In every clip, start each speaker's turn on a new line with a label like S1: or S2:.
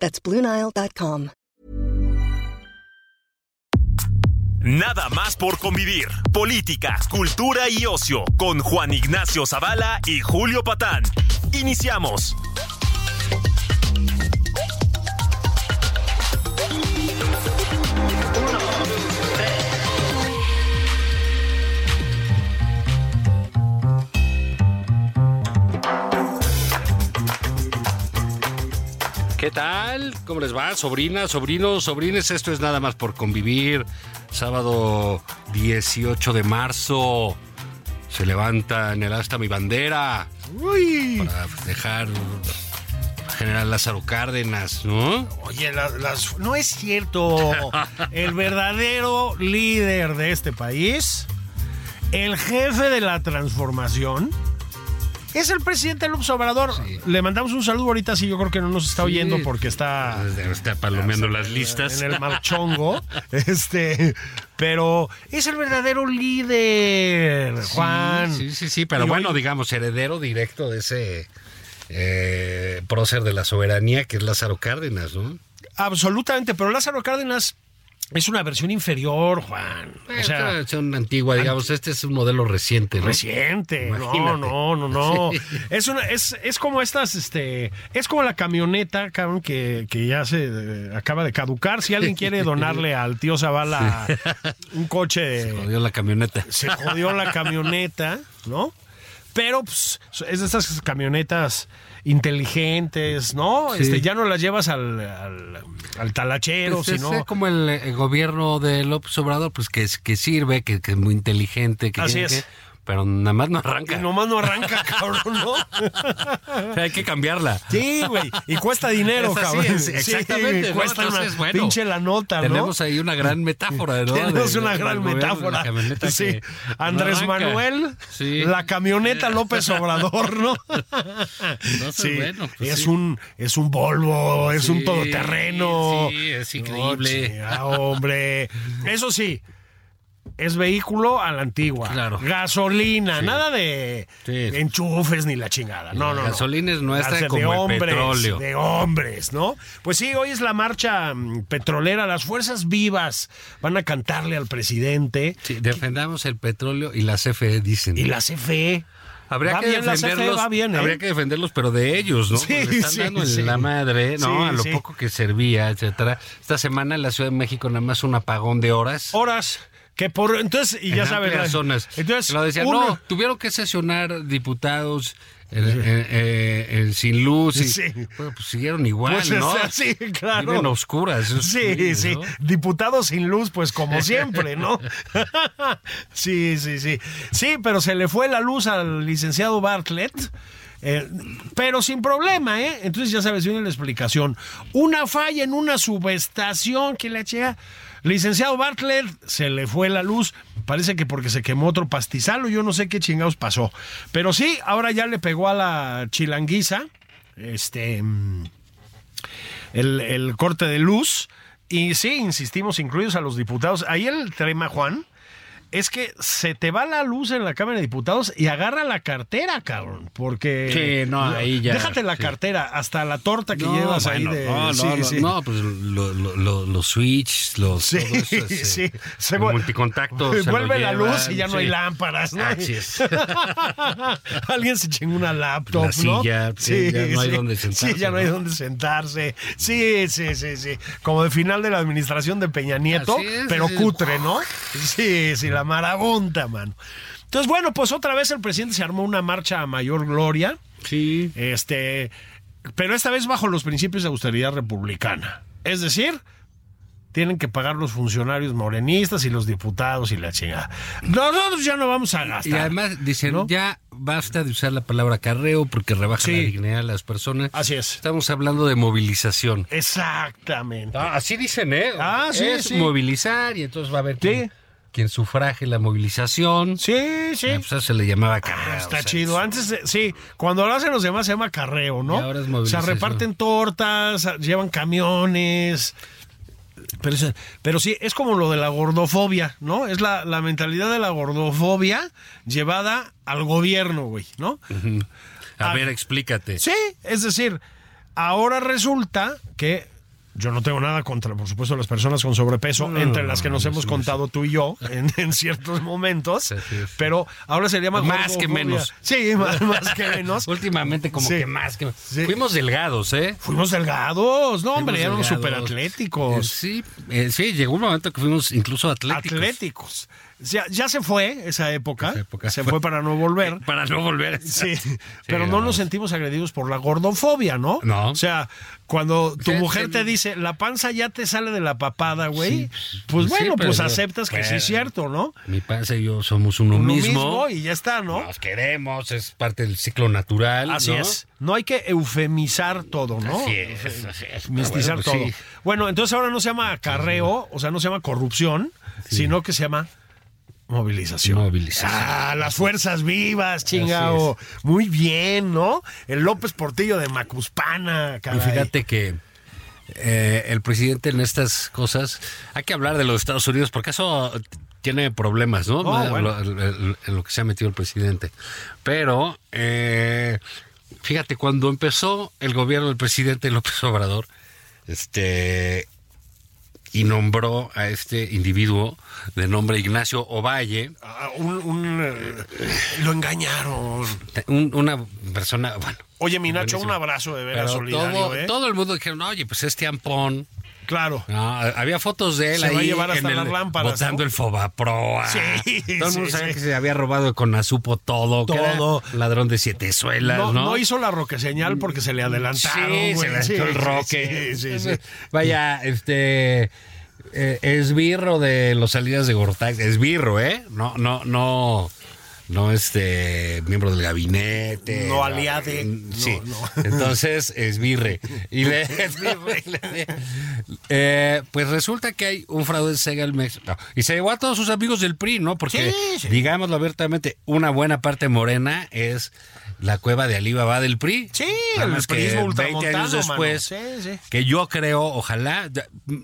S1: That's BlueNile.com.
S2: Nada más por convivir. Política, cultura y ocio con Juan Ignacio Zavala y Julio Patán. Iniciamos.
S3: ¿Qué tal? ¿Cómo les va? Sobrinas, sobrinos, sobrines, esto es nada más por convivir. Sábado 18 de marzo se levanta en el asta mi bandera para festejar a General Lázaro Cárdenas, ¿no?
S4: Oye, la- las- no es cierto. El verdadero líder de este país, el jefe de la transformación, es el presidente López Obrador. Le mandamos un saludo ahorita, sí, yo creo que no nos está oyendo porque está
S3: Está palomeando las listas.
S4: en el marchongo. este, pero es el verdadero líder, Juan.
S3: Sí, sí, sí, pero
S4: Y
S3: bueno,
S4: hoy-
S3: digamos, heredero directo de ese eh, prócer de la soberanía que es Lázaro Cárdenas, ¿no?
S4: Absolutamente, pero Lázaro Cárdenas es una versión inferior, Juan. O sea,
S3: es una Pues, antigua, digamos, este es un modelo reciente, ¿no?
S4: Reciente,
S3: Imagínate.
S4: no, no, no, no.
S3: Sí.
S4: Es una, es, es como estas, este, es como la camioneta, cabrón, que, que ya se eh, acaba de caducar. Si alguien quiere donarle al tío Zavala un coche de-
S3: Jodió la camioneta.
S4: se jodió la camioneta, ¿no? Pero pues, es de estas camionetas inteligentes, ¿no?
S3: Sí.
S4: Este, ya no las llevas al, al, al talachero,
S3: Pues es
S4: sino.
S3: eh, como el, eh, gobierno de López Obrador, pues que, es- que sirve, que, que es muy inteligente, que
S4: Así
S3: tiene
S4: es.
S3: que- pero nada más no arranca.
S4: y nomás no arranca, cabrón, ¿no?
S3: O sea, hay que cambiarla.
S4: Sí, güey. Y cuesta dinero,
S3: Es así,
S4: cabrón.
S3: es- exactamente,
S4: Sí,
S3: ¿no?
S4: cuesta una
S3: Entonces, bueno,
S4: pinche la nota, ¿no?
S3: Tenemos ahí una gran metáfora, ¿no?
S4: Tenemos
S3: De-
S4: una
S3: del
S4: gran
S3: gobierno de la
S4: metáfora.
S3: camioneta
S4: Sí.
S3: que
S4: Andrés
S3: no arranca.
S4: Manuel,
S3: Sí.
S4: la camioneta López Obrador, ¿no?
S3: Entonces, bueno, pues
S4: es
S3: sí.
S4: un es un Volvo, es
S3: Sí,
S4: un todoterreno.
S3: sí, es increíble.
S4: No, chinga, hombre. Eso sí. Es vehículo a la antigua.
S3: Claro.
S4: Gasolina, nada de
S3: Sí.
S4: enchufes ni la chingada. No, no, no.
S3: gasolina es nuestra
S4: Las
S3: como el petróleo.
S4: De hombres, ¿no? Pues sí, hoy es la marcha mm, petrolera. Las fuerzas vivas van a cantarle al presidente.
S3: Sí, defendamos el petróleo y la CFE, dicen.
S4: Y E la CFE.
S3: Habría
S4: Va
S3: que
S4: bien la CFE,
S3: defenderlos,
S4: va bien, ¿eh?
S3: habría que defenderlos, pero de ellos, ¿no?
S4: Sí,
S3: Porque le están
S4: sí,
S3: dando en
S4: sí.
S3: la madre, ¿no?
S4: Sí,
S3: a lo
S4: sí.
S3: poco que servía, etcétera. Esta semana en la Ciudad de México nada más un apagón de horas.
S4: Horas. Que por. Entonces, y ya
S3: en
S4: sabes.
S3: amplias
S4: la-
S3: zonas.
S4: Entonces,
S3: Lo decían,
S4: uno-
S3: no, tuvieron que sesionar diputados eh, eh, eh, eh, sin luz. Y,
S4: Sí.
S3: Bueno, pues siguieron igual,
S4: Pues,
S3: ¿no?
S4: o sea, sí, claro.
S3: Viven a oscuras. esos
S4: Sí,
S3: güeyes,
S4: sí.
S3: ¿no?
S4: Diputados sin luz, pues como siempre, ¿no? sí, sí, sí. Sí, pero se le fue la luz al licenciado Bartlett. eh, pero sin problema, ¿eh? Entonces ya sabes, viene la explicación. Una falla en una subestación que le llega. Licenciado Bartlett, se le fue la luz. Parece que porque se quemó otro pastizal o yo no sé qué chingados pasó. Pero sí, ahora ya le pegó a la chilanguiza. Este. mm, el, el corte de luz. Y sí, insistimos, incluidos a los diputados. Ahí el tema, Juan, es que se te va la luz en la Cámara de Diputados y agarra la cartera, cabrón. Porque.
S3: Sí, no, ahí ya,
S4: Déjate la
S3: sí.
S4: cartera, hasta la torta que
S3: No,
S4: llevas
S3: bueno,
S4: ahí de.
S3: No, no,
S4: sí,
S3: no,
S4: sí.
S3: no, pues lo- lo- lo- los switch, los
S4: Sí,
S3: todo eso, ese,
S4: sí. Se
S3: el
S4: vu-
S3: multicontacto. se lo
S4: Vuelve la
S3: llevan,
S4: luz y ya no
S3: sí.
S4: hay lámparas, ¿no?
S3: Así es.
S4: Alguien se chingó una laptop,
S3: La
S4: ¿no?
S3: silla, sí, ya no hay dónde sentarse,
S4: Sí, ya no hay
S3: ¿no?
S4: dónde sentarse. Sí, sí, sí, sí. Como de final de la administración de Peña Nieto,
S3: Así es,
S4: pero
S3: sí.
S4: cutre, ¿no? Sí, sí, la marabunta, mano. Entonces, bueno, pues otra vez el presidente se armó una marcha a mayor gloria.
S3: Sí.
S4: Este, pero esta vez bajo los principios de austeridad republicana. Es decir, tienen que pagar los funcionarios morenistas y los diputados y la chingada. Nosotros ya no vamos a gastar.
S3: Y además dicen,
S4: ¿no?
S3: ya basta de usar la palabra carreo porque rebaja
S4: Sí.
S3: la dignidad de las personas.
S4: Así es.
S3: Estamos hablando de movilización.
S4: Exactamente.
S3: Ah, así dicen, ¿eh?
S4: Ah, sí,
S3: Es
S4: sí.
S3: movilizar y entonces va a haber quien, quien sufraje la movilización.
S4: Sí, sí.
S3: Ah, pues, eso se le llamaba carreo.
S4: Ah, está
S3: o sea,
S4: chido. Antes, de- sí, cuando lo hacen los demás se llama carreo, ¿no?
S3: Y ahora es
S4: o sea,
S3: movilización.
S4: reparten tortas, a- llevan camiones. Pero, es- pero sí, es como lo de la gordofobia, ¿no? Es la, la mentalidad de la gordofobia llevada al gobierno, güey, ¿no?
S3: A ver, explícate.
S4: Sí, es decir, ahora resulta que yo no tengo nada contra, por supuesto, las personas con sobrepeso, entre las que nos hemos contado tú y yo en, en ciertos momentos,
S3: Sí, sí, sí.
S4: pero ahora se llama
S3: Más que
S4: gordofobia.
S3: menos.
S4: Sí, más, más que menos.
S3: Últimamente como
S4: Sí.
S3: que más que
S4: Sí.
S3: Fuimos delgados, ¿eh?
S4: Fuimos delgados, no hombre,
S3: Fuimos
S4: éramos
S3: delgados. Eh,
S4: superatléticos.
S3: sí, eh, sí, llegó un momento que fuimos incluso atléticos.
S4: Atléticos. Ya, ya se fue esa época,
S3: Esa época
S4: se
S3: fue.
S4: fue para no volver.
S3: Para no volver.
S4: Sí, pero no
S3: vamos.
S4: nos sentimos agredidos por la gordofobia, ¿no?
S3: No.
S4: O sea, cuando tu
S3: Sí,
S4: mujer
S3: sí.
S4: te dice, la panza ya te sale de la papada, güey,
S3: Sí, pues,
S4: pues
S3: sí,
S4: bueno,
S3: pero
S4: pues
S3: yo-
S4: aceptas que sí
S3: bueno.
S4: es cierto, ¿no?
S3: Mi panza y yo somos uno,
S4: Lo
S3: mismo.
S4: mismo y ya está, ¿no?
S3: Nos queremos, es parte del ciclo natural.
S4: Así
S3: ¿no?
S4: es. No hay que eufemizar todo, ¿no?
S3: Así es, así es.
S4: Mistizar
S3: Pero
S4: todo.
S3: bueno, pues sí.
S4: Bueno, entonces ahora no se llama acarreo, o sea, no se llama corrupción, sino que se llama movilización.
S3: Movilización.
S4: Ah, las fuerzas vivas, chingao. Muy bien, ¿no? El López Portillo de Macuspana,
S3: Y
S4: caray.
S3: fíjate que eh, el presidente en estas cosas, hay que hablar de los Estados Unidos porque eso tiene problemas, ¿no?
S4: Oh,
S3: Lo-
S4: bueno.
S3: lo- lo- en lo que se ha metido el presidente. Pero, eh, fíjate, cuando empezó el gobierno del presidente López Obrador, este y nombró a este individuo de nombre Ignacio Ovalle,
S4: Ah, un, un, eh, lo engañaron.
S3: un- una persona, bueno,
S4: Oye, mi Nacho,
S3: Buenísimo.
S4: un abrazo de
S3: pero
S4: veras solidario,
S3: todo,
S4: ¿eh?
S3: todo el mundo dijeron, oye, pues este ampón,
S4: Claro.
S3: No, había fotos de él
S4: Se va
S3: ahí
S4: a llevar hasta
S3: en
S4: las
S3: el-
S4: lámparas,
S3: botando
S4: ¿no?
S3: el fobaproa.
S4: Sí,
S3: Todo el mundo
S4: sí,
S3: sabía
S4: sí.
S3: que se había robado con azupo todo, que era
S4: Todo.
S3: ladrón de siete suelas,
S4: No,
S3: ¿no?
S4: no hizo la roqueseñal porque se le
S3: Sí,
S4: adelantaron. güey.
S3: se le echó el
S4: Sí,
S3: roque.
S4: sí, sí, sí.
S3: Vaya, este eh, esbirro de los salidas de Gortax, esbirro, ¿eh? No, no, no. No, este, miembro del gabinete.
S4: No aliade. No,
S3: Sí.
S4: no.
S3: Entonces, esbirre. Y le- Eh, pues resulta que hay un fraude en Segalmex. No, y se llevó a todos sus amigos del PRI, ¿no? Porque,
S4: Sí, sí.
S3: digámoslo abiertamente, una buena parte morena es la cueva de Alibaba del PRI.
S4: Sí,
S3: Nada
S4: el
S3: más que 20
S4: prismo ultramontano,
S3: años después,
S4: mano. Sí, sí.
S3: que yo creo, ojalá, ya, mm,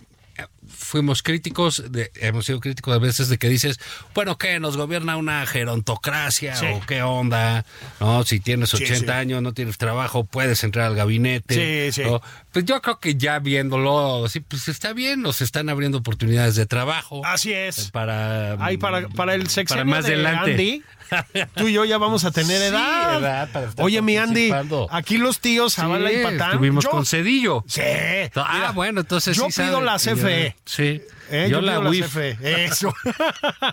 S3: fuimos críticos, de- hemos sido críticos a veces de que dices, bueno, ¿qué? ¿Nos gobierna una gerontocracia
S4: Sí.
S3: o qué onda? ¿No? Si tienes
S4: Sí,
S3: 80
S4: sí.
S3: años, no tienes trabajo, puedes entrar al gabinete.
S4: Sí, sí.
S3: ¿no? Pues yo creo que ya viéndolo, sí, pues está bien, nos están abriendo oportunidades de trabajo.
S4: Así es.
S3: Para, mm,
S4: Ay, para, para el sexenio
S3: más
S4: de
S3: adelante.
S4: Andy, tú y yo ya vamos a tener
S3: Sí,
S4: edad.
S3: edad para estar
S4: Oye, mi Andy,
S3: participando.
S4: aquí los tíos Zavala y
S3: Sí,
S4: Patán.
S3: Estuvimos
S4: yo-
S3: con Cedillo.
S4: Sí.
S3: Ah,
S4: Mira,
S3: bueno, entonces
S4: Yo
S3: sí
S4: pido
S3: sabe.
S4: la CFE.
S3: Yo- sí.
S4: Eh,
S3: yo, la
S4: pido
S3: WIF.
S4: CFE. E, Eso.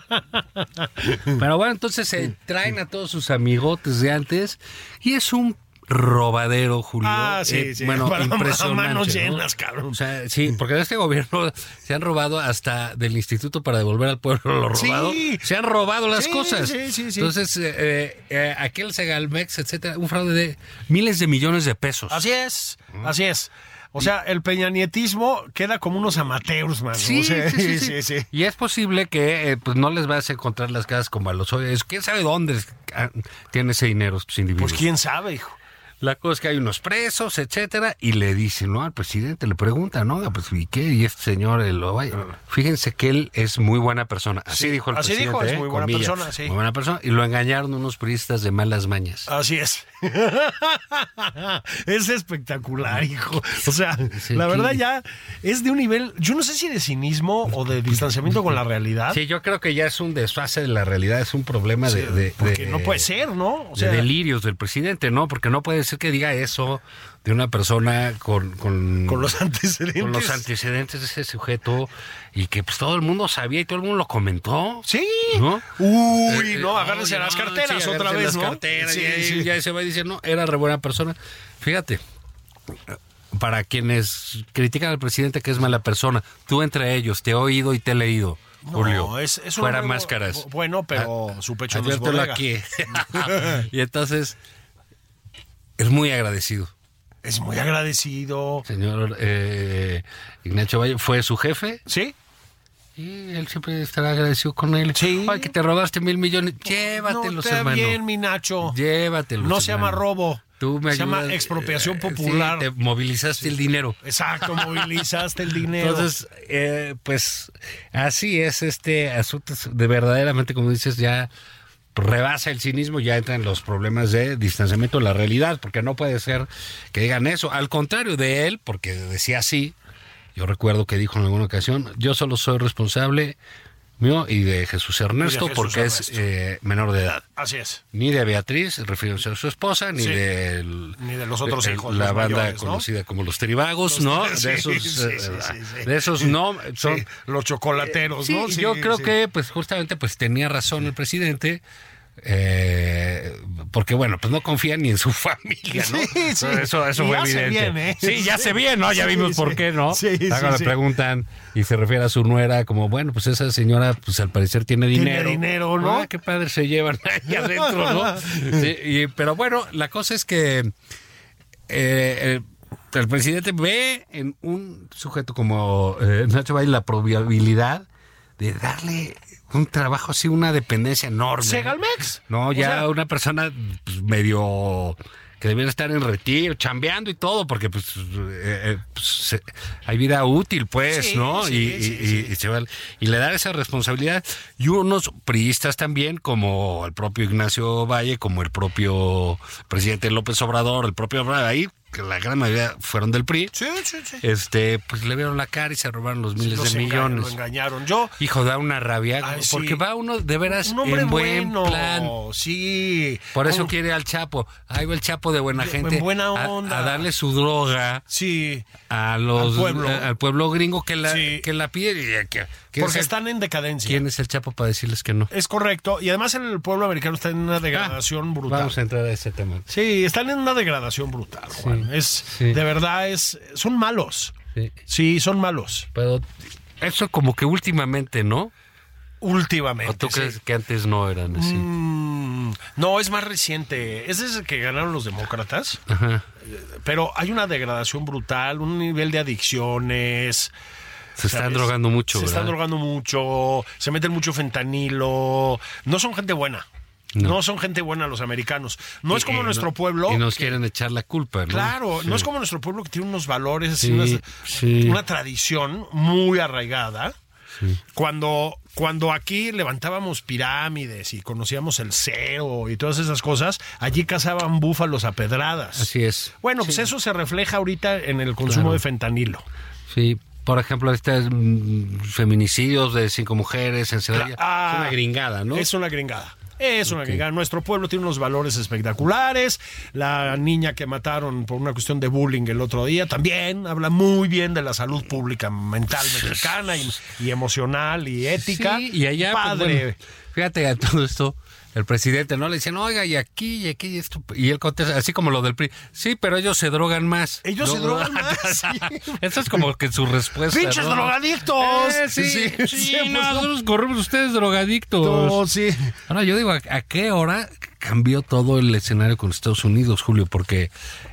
S4: E.
S3: Pero bueno, entonces se traen a todos sus amigotes de antes y es un robadero, Julio. Eh,
S4: Ah, sí, sí.
S3: Bueno,
S4: Para
S3: impresionante.
S4: manos
S3: ¿no?
S4: llenas, cabrón.
S3: O sea, sí, porque en este gobierno se han robado hasta del instituto para devolver al pueblo lo
S4: Sí.
S3: robado. Se han robado las
S4: Sí,
S3: cosas.
S4: sí, sí, sí.
S3: Entonces, eh, eh, eh, aquel Segalmex, etcétera, un fraude de miles de millones de pesos.
S4: Así es,
S3: Mm.
S4: así es. O sea, el peñanietismo queda como unos amateurs, man.
S3: Sí,
S4: O sea,
S3: sí, sí, sí.
S4: sí.
S3: Y es posible que eh, pues no les vas a encontrar las casas con balos. Es- ¿Quién sabe dónde ah, tiene ese dinero estos individuos?
S4: Pues quién sabe, hijo.
S3: La cosa es que hay unos presos, etcétera, y le dicen, ¿no? Al presidente le preguntan, ¿no? Oiga, Pues, ¿y qué? Y este señor, el Ovalle, Fíjense que él es muy buena persona. Así
S4: Ah. Sí,
S3: dijo el
S4: así
S3: presidente.
S4: dijo, es
S3: ¿eh?
S4: muy buena
S3: Comillas.
S4: persona, sí. Ah.
S3: Muy buena persona. Y lo engañaron unos periodistas de malas mañas.
S4: Así es. es espectacular, hijo. O sea,
S3: Sí,
S4: la
S3: sí.
S4: verdad ya es de un nivel, yo no sé si de cinismo o de distanciamiento con la realidad.
S3: Sí, yo creo que ya es un desfase de la realidad, es un problema de, de-
S4: porque
S3: de-
S4: no puede ser, ¿no? O sea,
S3: de delirios del presidente, ¿no? Porque no puede ser que diga eso de una persona con, con,
S4: con los antecedentes.
S3: con los antecedentes de ese sujeto y que pues todo el mundo sabía y todo el mundo lo comentó.
S4: Sí.
S3: ¿No?
S4: Uy,
S3: Eh,
S4: no,
S3: eh,
S4: agárrense
S3: oye,
S4: las
S3: no,
S4: carteras
S3: sí,
S4: otra
S3: agárrense
S4: vez,
S3: las
S4: ¿no?
S3: carteras,
S4: Sí,
S3: y ahí-
S4: sí.
S3: ya se va y dice, no, era re buena persona. Fíjate, para quienes critican al presidente que es mala persona, tú entre ellos, te he oído y te he leído. Julio,
S4: es, es un
S3: fuera
S4: hombre bu-
S3: máscaras. Ah,
S4: bu- Bueno, pero su pecho no es
S3: Adviértelo
S4: bodega.
S3: aquí. y entonces, es muy agradecido.
S4: Es muy agradecido.
S3: Señor eh, Ignacio Valle fue su jefe
S4: ¿Sí?
S3: y él siempre estará agradecido con él.
S4: Sí.
S3: Ay, que te robaste mil millones. Llévatelos,
S4: no, está
S3: hermano.
S4: bien, mi Nacho.
S3: Llévatelos.
S4: No se llama
S3: hermano.
S4: robo.
S3: Tú me
S4: se llama
S3: ayudas,
S4: expropiación
S3: eh,
S4: popular.
S3: sí, te movilizaste el dinero.
S4: Exacto, movilizaste el dinero.
S3: Entonces, eh, pues así es este asunto. es De verdaderamente, como dices, ya rebasa el cinismo, ya entran los problemas de distanciamiento de la realidad, porque no puede ser que digan eso. Al contrario de él, porque decía así, yo recuerdo que dijo en alguna ocasión, yo solo soy responsable mío y de Jesús Ernesto,
S4: Jesús
S3: porque es
S4: Ernesto.
S3: eh, menor de edad.
S4: Así es.
S3: Ni de Beatriz, refiriéndose a su esposa, ni
S4: Sí.
S3: del-
S4: Ni de los otros hijos,
S3: La
S4: los
S3: banda
S4: mayores, ¿no?
S3: conocida como los tribagos, ¿no?
S4: Sí,
S3: de, esos,
S4: sí, sí,
S3: eh,
S4: sí, sí.
S3: de esos no, son,
S4: Sí, los chocolateros,
S3: Sí,
S4: ¿no?
S3: y
S4: Sí,
S3: yo creo
S4: sí.
S3: que, pues, justamente, pues tenía razón el presidente. eh, porque bueno, pues no confía ni en su familia, ¿no?
S4: Sí, sí.
S3: Eso, eso
S4: Y
S3: fue
S4: ya se
S3: evidente.
S4: bien, ¿eh?
S3: Sí, ya se bien, ¿no? Ya
S4: Sí,
S3: vimos por
S4: sí.
S3: qué, ¿no?
S4: Sí, sí,
S3: Luego le
S4: sí.
S3: preguntan y se refiere a su nuera como, bueno, pues esa señora, pues al parecer tiene
S4: Tiene
S3: dinero.
S4: dinero, ¿no?
S3: Ah, qué padre se llevan ahí adentro, ¿no? Sí, y- pero bueno, la cosa es que eh, el, el presidente ve en un sujeto como eh, Nacho Valle la probabilidad de darle un trabajo así, una dependencia enorme. ¿eh?
S4: ¿Segalmex?
S3: No,
S4: O
S3: ya
S4: sea,
S3: una persona pues, medio que debiera estar en retiro, chambeando y todo, porque pues, eh, eh, pues, se- hay vida útil, pues,
S4: Sí,
S3: ¿no?
S4: sí,
S3: y,
S4: sí,
S3: y- y- y se va- y le da esa responsabilidad. Y unos priistas también, como el propio Ignacio Valle, como el propio presidente López Obrador, el propio Obrador, ahí que la gran mayoría fueron del PRI,
S4: Sí, sí, sí.
S3: este, pues le vieron la cara y se robaron los miles
S4: Los
S3: de
S4: enga-
S3: millones.
S4: Lo engañaron. Yo,
S3: Hijo, da una rabia,
S4: Ay, sí.
S3: porque va uno de veras
S4: un hombre
S3: en buen
S4: bueno.
S3: plan.
S4: Sí.
S3: Por eso
S4: Un-
S3: quiere al Chapo. Ahí va el Chapo de buena
S4: De-
S3: gente.
S4: en buena
S3: a-
S4: onda.
S3: A, darle su droga
S4: Sí.
S3: a los,
S4: Al pueblo.
S3: a- al pueblo gringo que la,
S4: Sí.
S3: que la pide. Y a que- ¿quién es
S4: Porque
S3: el-
S4: están en decadencia.
S3: ¿Quién es el Chapo para decirles que no?
S4: Es correcto. Y además el pueblo americano está en una degradación brutal.
S3: Ah, Vamos a entrar a ese tema.
S4: Sí, están en una degradación brutal, Juan. es,
S3: sí.
S4: De verdad, es, son malos.
S3: Sí.
S4: Sí, son malos.
S3: Pero eso como que últimamente, ¿no?
S4: Últimamente.
S3: ¿O tú
S4: sí.
S3: crees que antes no eran así?
S4: Mm, no, es más reciente. Es desde que ganaron los demócratas.
S3: Ajá.
S4: Pero hay una degradación brutal, un nivel de adicciones.
S3: Se están
S4: ¿sabes?
S3: drogando mucho,
S4: Se
S3: ¿verdad?
S4: están drogando mucho, se meten mucho fentanilo. No son gente buena.
S3: No.
S4: No, son gente buena los americanos. No es como
S3: Y- y
S4: nuestro
S3: no-
S4: pueblo.
S3: Y nos
S4: que-
S3: quieren echar la culpa, ¿no?
S4: Claro,
S3: Sí.
S4: no es como nuestro pueblo que tiene unos valores, así,
S3: Sí,
S4: unas-
S3: sí.
S4: una tradición muy arraigada. Cuando, cuando aquí levantábamos pirámides y conocíamos el cero y todas esas cosas, allí cazaban búfalos a pedradas.
S3: Así es.
S4: Bueno, pues eso se refleja ahorita en el consumo
S3: Claro.
S4: de fentanilo.
S3: Sí, por ejemplo, estos feminicidios de cinco mujeres en Celaya.
S4: Ah,
S3: es una gringada, ¿no?
S4: Es una gringada. Es una gringada. Nuestro pueblo tiene unos valores espectaculares. La niña que mataron por una cuestión de bullying el otro día también habla muy bien de la salud pública mental mexicana y, y emocional y ética.
S3: Sí, y allá, pues,
S4: Padre.
S3: bueno, fíjate a todo esto. El presidente, ¿no? Le dicen, oiga, y aquí, y aquí, y esto. Y él contesta, así como lo del PRI. Sí, pero ellos se drogan más.
S4: Ellos se drogan más, sí.
S3: Eso es como que su respuesta.
S4: ¡Pinches
S3: ¿no?
S4: drogadictos!
S3: Eh, sí, sí, no,
S4: pues,
S3: nosotros corremos ustedes drogadictos.
S4: no, sí.
S3: Ahora, yo digo, ¿a, a qué hora cambió todo el escenario con Estados Unidos, Julio? Porque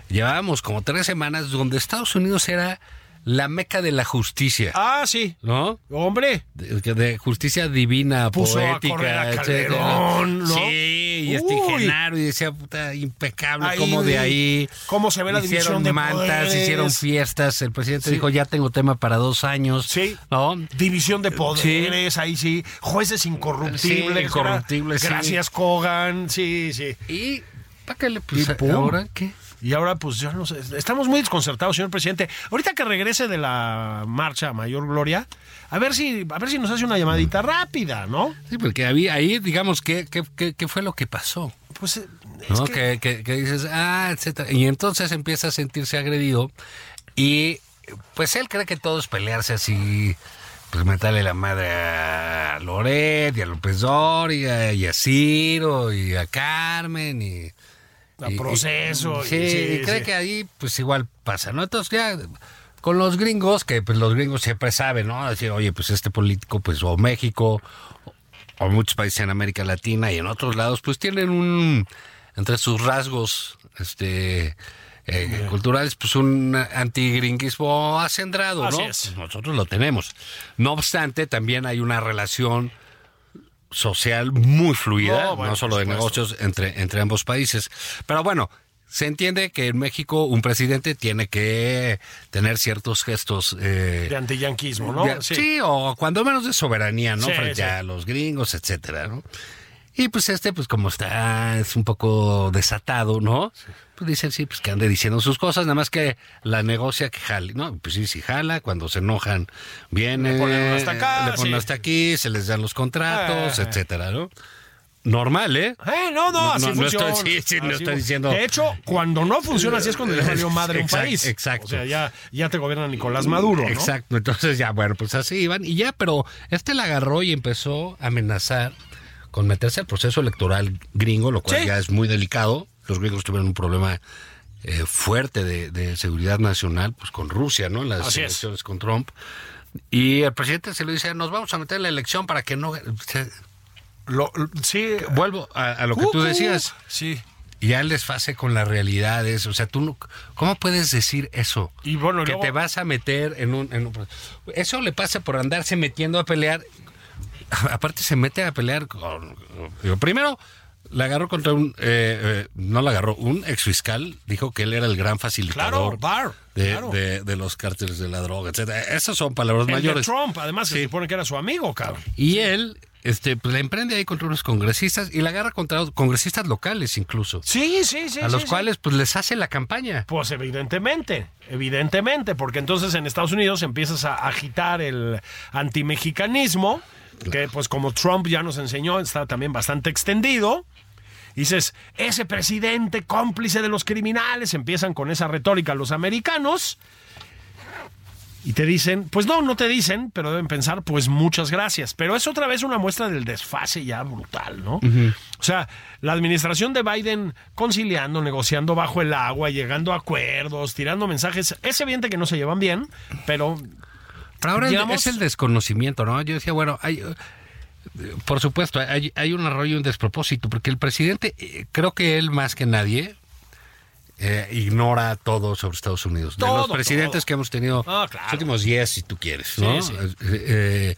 S3: llevábamos como tres semanas donde Estados Unidos era la meca de la justicia,
S4: Ah, sí.
S3: ¿no?
S4: Hombre,
S3: De, de justicia divina,
S4: Puso a correr
S3: poética,
S4: a
S3: etcétera.
S4: Calderón, ¿no?
S3: Sí, y este
S4: Uy.
S3: Genaro, y decía, puta, impecable,
S4: Ahí,
S3: como de ahí.
S4: cómo se ve la
S3: hicieron
S4: división de
S3: mantas,
S4: poderes.
S3: hicieron fiestas. El presidente dijo, ya tengo tema para dos años.
S4: Sí.
S3: ¿No?
S4: División de poderes, ahí sí. Jueces incorruptibles.
S3: Sí, incorruptibles, sí.
S4: Gracias, Kogan. Sí, sí.
S3: Y, ¿para qué le pues,
S4: Y pum.
S3: ¿Ahora qué?
S4: Y ahora, pues ya no sé. Estamos muy desconcertados, señor presidente. Ahorita que regrese de la marcha a Mayor Gloria, a ver si, a ver si nos hace una llamadita
S3: Mm.
S4: rápida, ¿no?
S3: Sí, porque había, ahí, digamos, ¿qué, qué, qué, qué fue lo que pasó?
S4: Pues eh, es
S3: ¿No? que...
S4: que-
S3: que- que dices, ah, etcétera. Y entonces empieza a sentirse agredido y pues él cree que todo es pelearse así, pues meterle la madre a Loret y a López Dóriga y a Ciro y a Carmen y...
S4: a
S3: Y- y-
S4: proceso. y-
S3: Sí, y cree
S4: sí.
S3: que ahí pues igual pasa, ¿no? Entonces ya con los gringos, que pues los gringos siempre saben, ¿no? Decir, oye, pues este político, pues o México, o muchos países en América Latina y en otros lados, pues tienen un, entre sus rasgos, este... eh, culturales, pues un antigringuismo acendrado,
S4: Así
S3: ¿no?
S4: es.
S3: Nosotros lo tenemos. No obstante, también hay una relación social muy fluida,
S4: No,
S3: no,
S4: bueno,
S3: solo
S4: por
S3: de
S4: supuesto.
S3: negocios entre, entre ambos países. Pero bueno, se entiende que en México un presidente tiene que tener ciertos gestos. eh,
S4: De antiyanquismo, ¿no?
S3: de- sí. o cuando menos de soberanía, ¿no?
S4: Sí,
S3: Frente
S4: sí.
S3: a los gringos, etcétera, ¿no? Y pues este, pues como está, es un poco desatado, ¿no? Pues dicen, sí, pues que ande diciendo sus cosas, nada más que la negocia que jale, ¿no? Pues sí, sí jala, cuando se enojan, viene,
S4: Le ponen hasta acá,
S3: le ponen
S4: sí.
S3: hasta aquí, se les dan los contratos,
S4: Ah.
S3: etcétera, ¿no? Normal, ¿eh?
S4: Eh, no, no,
S3: No,
S4: así
S3: no, no
S4: funciona.
S3: estoy- sí, sí, no
S4: Así
S3: estoy
S4: fu-
S3: diciendo-
S4: De hecho, cuando no funciona así es cuando le valió madre un
S3: Exacto,
S4: país.
S3: exacto.
S4: O sea, ya, ya te gobierna Nicolás Maduro, ¿no?
S3: Exacto, entonces ya, bueno, pues así iban y ya, pero este la agarró y empezó a amenazar con meterse al proceso electoral gringo, lo cual
S4: Sí.
S3: ya es muy delicado. Los gringos tuvieron un problema eh, fuerte de, de seguridad nacional, pues con Rusia, ¿no? En Las
S4: Así es.
S3: elecciones con Trump. Y el presidente se le dice, nos vamos a meter en la elección para que no... se-
S4: Lo- lo- sí.
S3: Vuelvo a, a lo que tú
S4: Cucu.
S3: decías,
S4: Sí.
S3: ya el desfase con las realidades, o sea, tú no- ¿cómo puedes decir eso?
S4: Y bueno, y
S3: que
S4: luego-
S3: te vas a meter en un, en un- Eso le pasa por andarse metiendo a pelear. Aparte se mete a pelear con... digo, primero, la agarró contra un... eh, eh, no la agarró, un exfiscal dijo que él era el gran facilitador
S4: Claro, Barr,
S3: de,
S4: claro.
S3: de- de los cárteles de la droga, etcétera. Esas son palabras
S4: El de
S3: mayores.
S4: Trump, además, se supone que era su amigo, cabrón.
S3: Y él este, pues, la emprende ahí contra unos congresistas y la agarra contra congresistas locales incluso.
S4: Sí, sí, sí.
S3: a los
S4: sí, sí.
S3: cuales pues les hace la campaña.
S4: Pues evidentemente, evidentemente, porque entonces en Estados Unidos empiezas a agitar el antimexicanismo, que pues como Trump ya nos enseñó, está también bastante extendido. Dices, ese presidente cómplice de los criminales, empiezan con esa retórica los americanos. Y te dicen, pues no, no te dicen, pero deben pensar, pues muchas gracias. Pero es otra vez una muestra del desfase ya brutal, ¿no? O sea, la administración de Biden conciliando, negociando bajo el agua, llegando a acuerdos, tirando mensajes. Es evidente que no se llevan bien, pero
S3: Pero ahora
S4: Digamos-
S3: es el desconocimiento, ¿no? Yo decía, bueno, hay, eh, por supuesto, hay, hay un arroyo y un despropósito, porque el presidente, eh, creo que él más que nadie, eh, ignora todo sobre Estados Unidos. de los
S4: Todo,
S3: presidentes
S4: todo.
S3: que hemos tenido
S4: Ah, claro.
S3: los últimos 10, si tú quieres, ¿no?
S4: Sí, sí.
S3: Eh, eh,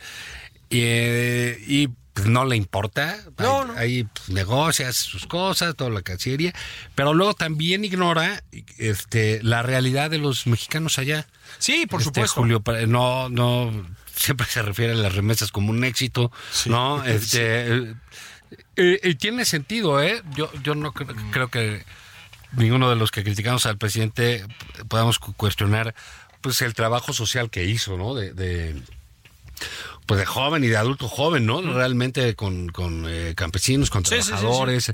S3: eh, y pues, no le importa.
S4: No,
S3: ahí,
S4: no.
S3: ahí, pues, negocia hace sus cosas, toda la cancillería. Pero luego también ignora este, la realidad de los mexicanos allá.
S4: sí, por
S3: Este,
S4: supuesto.
S3: Julio, Pra- no, no, siempre se refiere a las remesas como un éxito, ¿no? Este, eh, eh, tiene sentido, ¿eh? Yo, yo no cre- creo que ninguno de los que criticamos al presidente podamos cu- cuestionar pues el trabajo social que hizo, ¿no? De, de- pues de joven y de adulto joven, ¿no? Realmente con, con, eh, campesinos, con
S4: Sí, sí, sí, sí.
S3: trabajadores.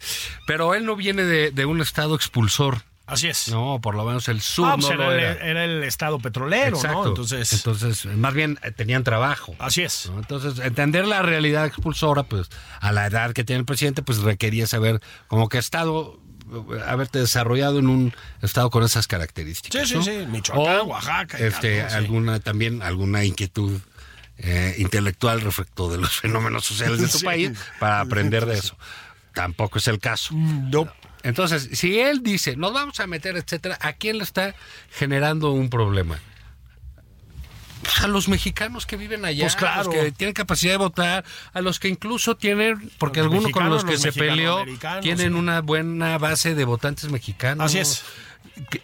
S3: Pero él no viene de, de un estado expulsor,
S4: Así es.
S3: ¿no? Por lo menos el sur
S4: Ah, pues
S3: no
S4: era,
S3: lo
S4: el-
S3: era.
S4: era el estado petrolero, ¿no? Entonces, Ah,
S3: Entonces, más bien eh, tenían trabajo.
S4: así es.
S3: ¿no? Entonces, entender la realidad expulsora, pues a la edad que tiene el presidente, pues requería saber como que estado, eh, haberte desarrollado en un estado con esas características.
S4: Sí, sí,
S3: ¿no?
S4: sí, Michoacán, Oaxaca y
S3: Este,
S4: tal, ¿no? Sí.
S3: alguna también alguna inquietud eh, intelectual respecto de los fenómenos sociales de su
S4: Sí.
S3: país para aprender de eso. Tampoco es el caso.
S4: Mm, No.
S3: Entonces, si él dice, nos vamos a meter, etcétera, ¿a quién le está generando un problema? Pues a los mexicanos que viven allá,
S4: Pues claro.
S3: a los que tienen capacidad de votar, a los que incluso tienen, porque
S4: Los
S3: algunos con los
S4: mexicanos,
S3: que
S4: los
S3: se peleó
S4: mexicanoamericanos,
S3: tienen
S4: sí.
S3: una buena base de votantes mexicanos.
S4: Así es.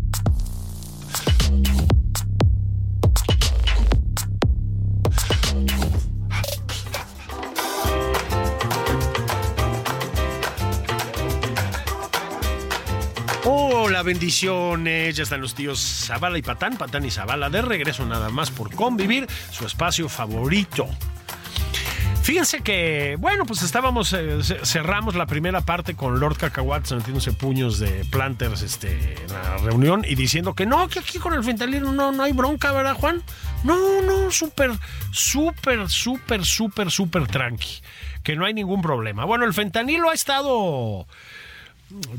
S4: Hola, bendiciones. Ya están los tíos Zavala y Patán, Patán y Zavala. De regreso nada más por convivir su espacio favorito. Fíjense que, bueno, pues estábamos, eh, ce- cerramos la primera parte con Lord Cacahuates metiéndose puños de planters este, en la reunión y diciendo que no, que aquí con el fentanilo no, no hay bronca, ¿verdad, Juan? No, no, súper, súper, súper, súper, súper tranqui, que no hay ningún problema. Bueno, el fentanilo ha estado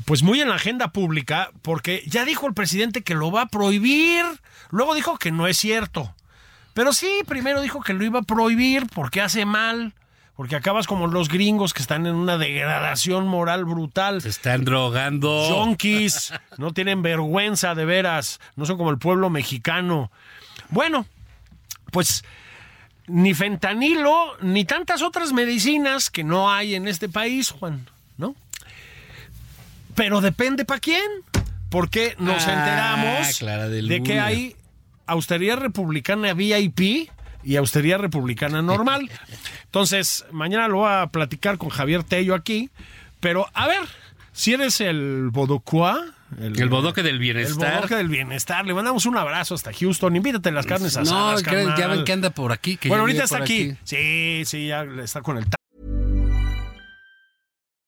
S4: pues muy en la agenda pública, porque ya dijo el presidente que lo va a prohibir, luego dijo que no es cierto. Pero sí, primero dijo que lo iba a prohibir porque hace mal, porque acabas como los gringos que están en una degradación moral brutal.
S3: Se están drogando.
S4: Yonkis, no tienen vergüenza de veras, no son como el pueblo mexicano. Bueno, pues ni fentanilo, ni tantas otras medicinas que no hay en este país, Juan, ¿no? Pero depende para quién, porque nos
S3: Ah,
S4: enteramos
S3: Clara de
S4: de que
S3: Luna.
S4: hay austeridad republicana VIP y austeridad republicana normal. Entonces, mañana lo voy a platicar con Javier Tello aquí, pero a ver, si eres el Bodocuá,
S3: El bodoque del
S4: el
S3: bienestar.
S4: bodoque del bienestar. Le mandamos un abrazo hasta Houston. Invítate las carnes
S3: no,
S4: asadas,
S3: que- ya
S4: carnal.
S3: ven que anda por aquí. que ya
S4: Bueno, ahorita
S3: vive
S4: está
S3: por
S4: aquí. Sí, sí, ya está con el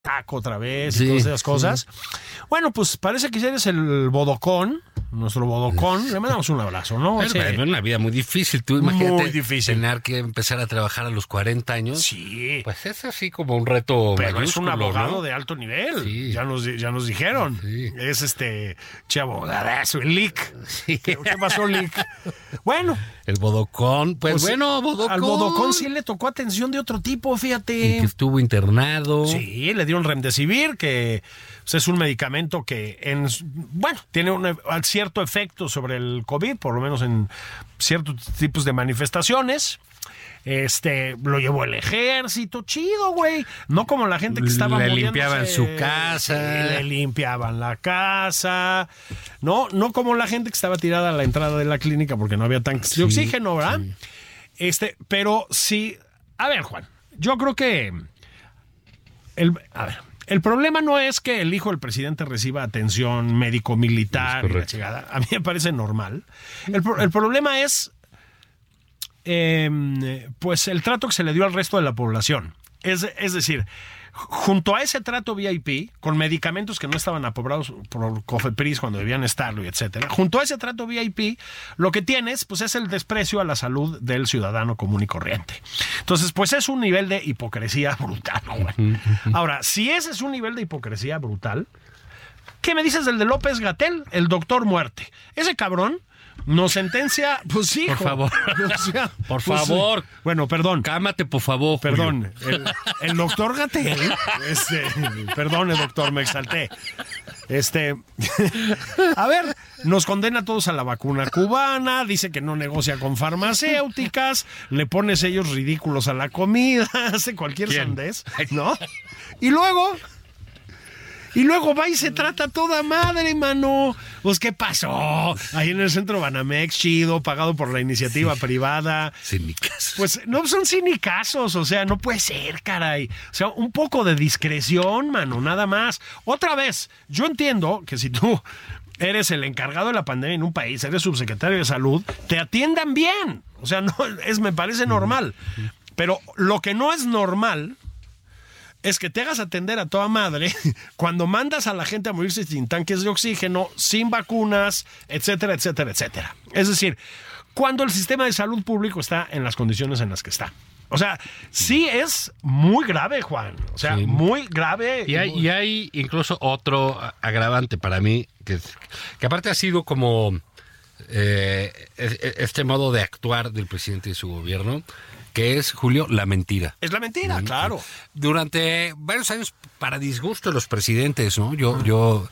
S4: taco otra vez
S3: Sí,
S4: y todas esas cosas. Bueno, pues parece que eres el bodocón, nuestro bodocón. Le mandamos un abrazo, ¿no?
S3: Bueno,
S4: Sí.
S3: pero es una vida muy difícil. Tú imagínate
S4: Muy difícil.
S3: tener que empezar a trabajar a los 40 años.
S4: Sí,
S3: Pues es así como un reto
S4: pero es un
S3: mayúsculo,
S4: abogado
S3: ¿no?
S4: de alto nivel.
S3: Sí.
S4: Ya, nos, di- ya nos dijeron.
S3: Sí.
S4: Es este che abogadazo, el Lick. ¿Qué qué pasó, Lick? Bueno,
S3: El bodocón. Pues,
S4: pues,
S3: bueno, bodocón.
S4: al bodocón sí le tocó atención de otro tipo, fíjate.
S3: Y que estuvo internado.
S4: Sí, le dieron Remdesivir, que pues, es un medicamento que, en, bueno, tiene un e- cierto efecto sobre el COVID, por lo menos en ciertos tipos de manifestaciones. Este, lo llevó el ejército, chido, güey. No como la gente que estaba
S3: Le
S4: muriéndose.
S3: limpiaban su casa.
S4: Sí, le limpiaban la casa. No, no como la gente que estaba tirada a la entrada de la clínica porque no había tanques de oxígeno, ¿verdad? Este, pero sí, a ver, Juan, yo creo que el, a ver, el problema no es que el hijo del presidente reciba atención
S3: Es
S4: médico-militar y la
S3: correcto. Mm.
S4: chingada. A mí me parece normal. El, pro- el problema es eh, pues el trato que se le dio al resto de la población. Es, es decir, junto a ese trato VIP, con medicamentos que no estaban aprobados por Cofepris cuando debían estarlo, y etcétera, junto a ese trato VIP, lo que tienes pues es el desprecio a la salud del ciudadano común y corriente. Entonces, pues es un nivel de hipocresía brutal. güey. Ahora, si ese es un nivel de hipocresía brutal, ¿Qué me dices del de López Gatel? El doctor muerte. Ese cabrón nos sentencia. Pues sí.
S3: Por
S4: hijo.
S3: favor.
S4: O sea,
S3: Por
S4: pues,
S3: favor.
S4: Bueno, perdón.
S3: Cámate, por favor. Julio.
S4: Perdón. El, el doctor Gatel. Este, perdone, doctor, me exalté. Este. A ver, nos condena a todos a la vacuna cubana, dice que no negocia con farmacéuticas, le pone sellos ridículos a la comida, hace cualquier
S3: ¿Quién?
S4: sandés, ¿no? Y luego. Y luego va y se trata a toda madre, mano. Pues, ¿qué pasó? Ahí en el centro Banamex, chido, pagado por la iniciativa privada.
S3: Sin mi casa.
S4: Pues no son cinicazos, o sea, no puede ser, caray. O sea, un poco de discreción, mano, nada más. Otra vez, yo entiendo que si tú eres el encargado de la pandemia en un país, eres subsecretario de salud, te atiendan bien. O sea, no es me parece normal. Pero lo que no es normal es que te hagas atender a toda madre cuando mandas a la gente a morirse sin tanques de oxígeno, sin vacunas, etcétera, etcétera, etcétera. Es decir, cuando el sistema de salud público está en las condiciones en las que está. O sea, sí es muy grave, Juan. O sea,
S3: Sí.
S4: muy grave.
S3: Y hay, y hay incluso otro a- agravante para mí, que, es- que aparte ha sido como eh, es- es- este modo de actuar del presidente y su gobierno, que es, Julio, la mentira.
S4: Es la mentira, claro.
S3: Durante varios años, para disgusto de los presidentes, ¿no? Yo, yo,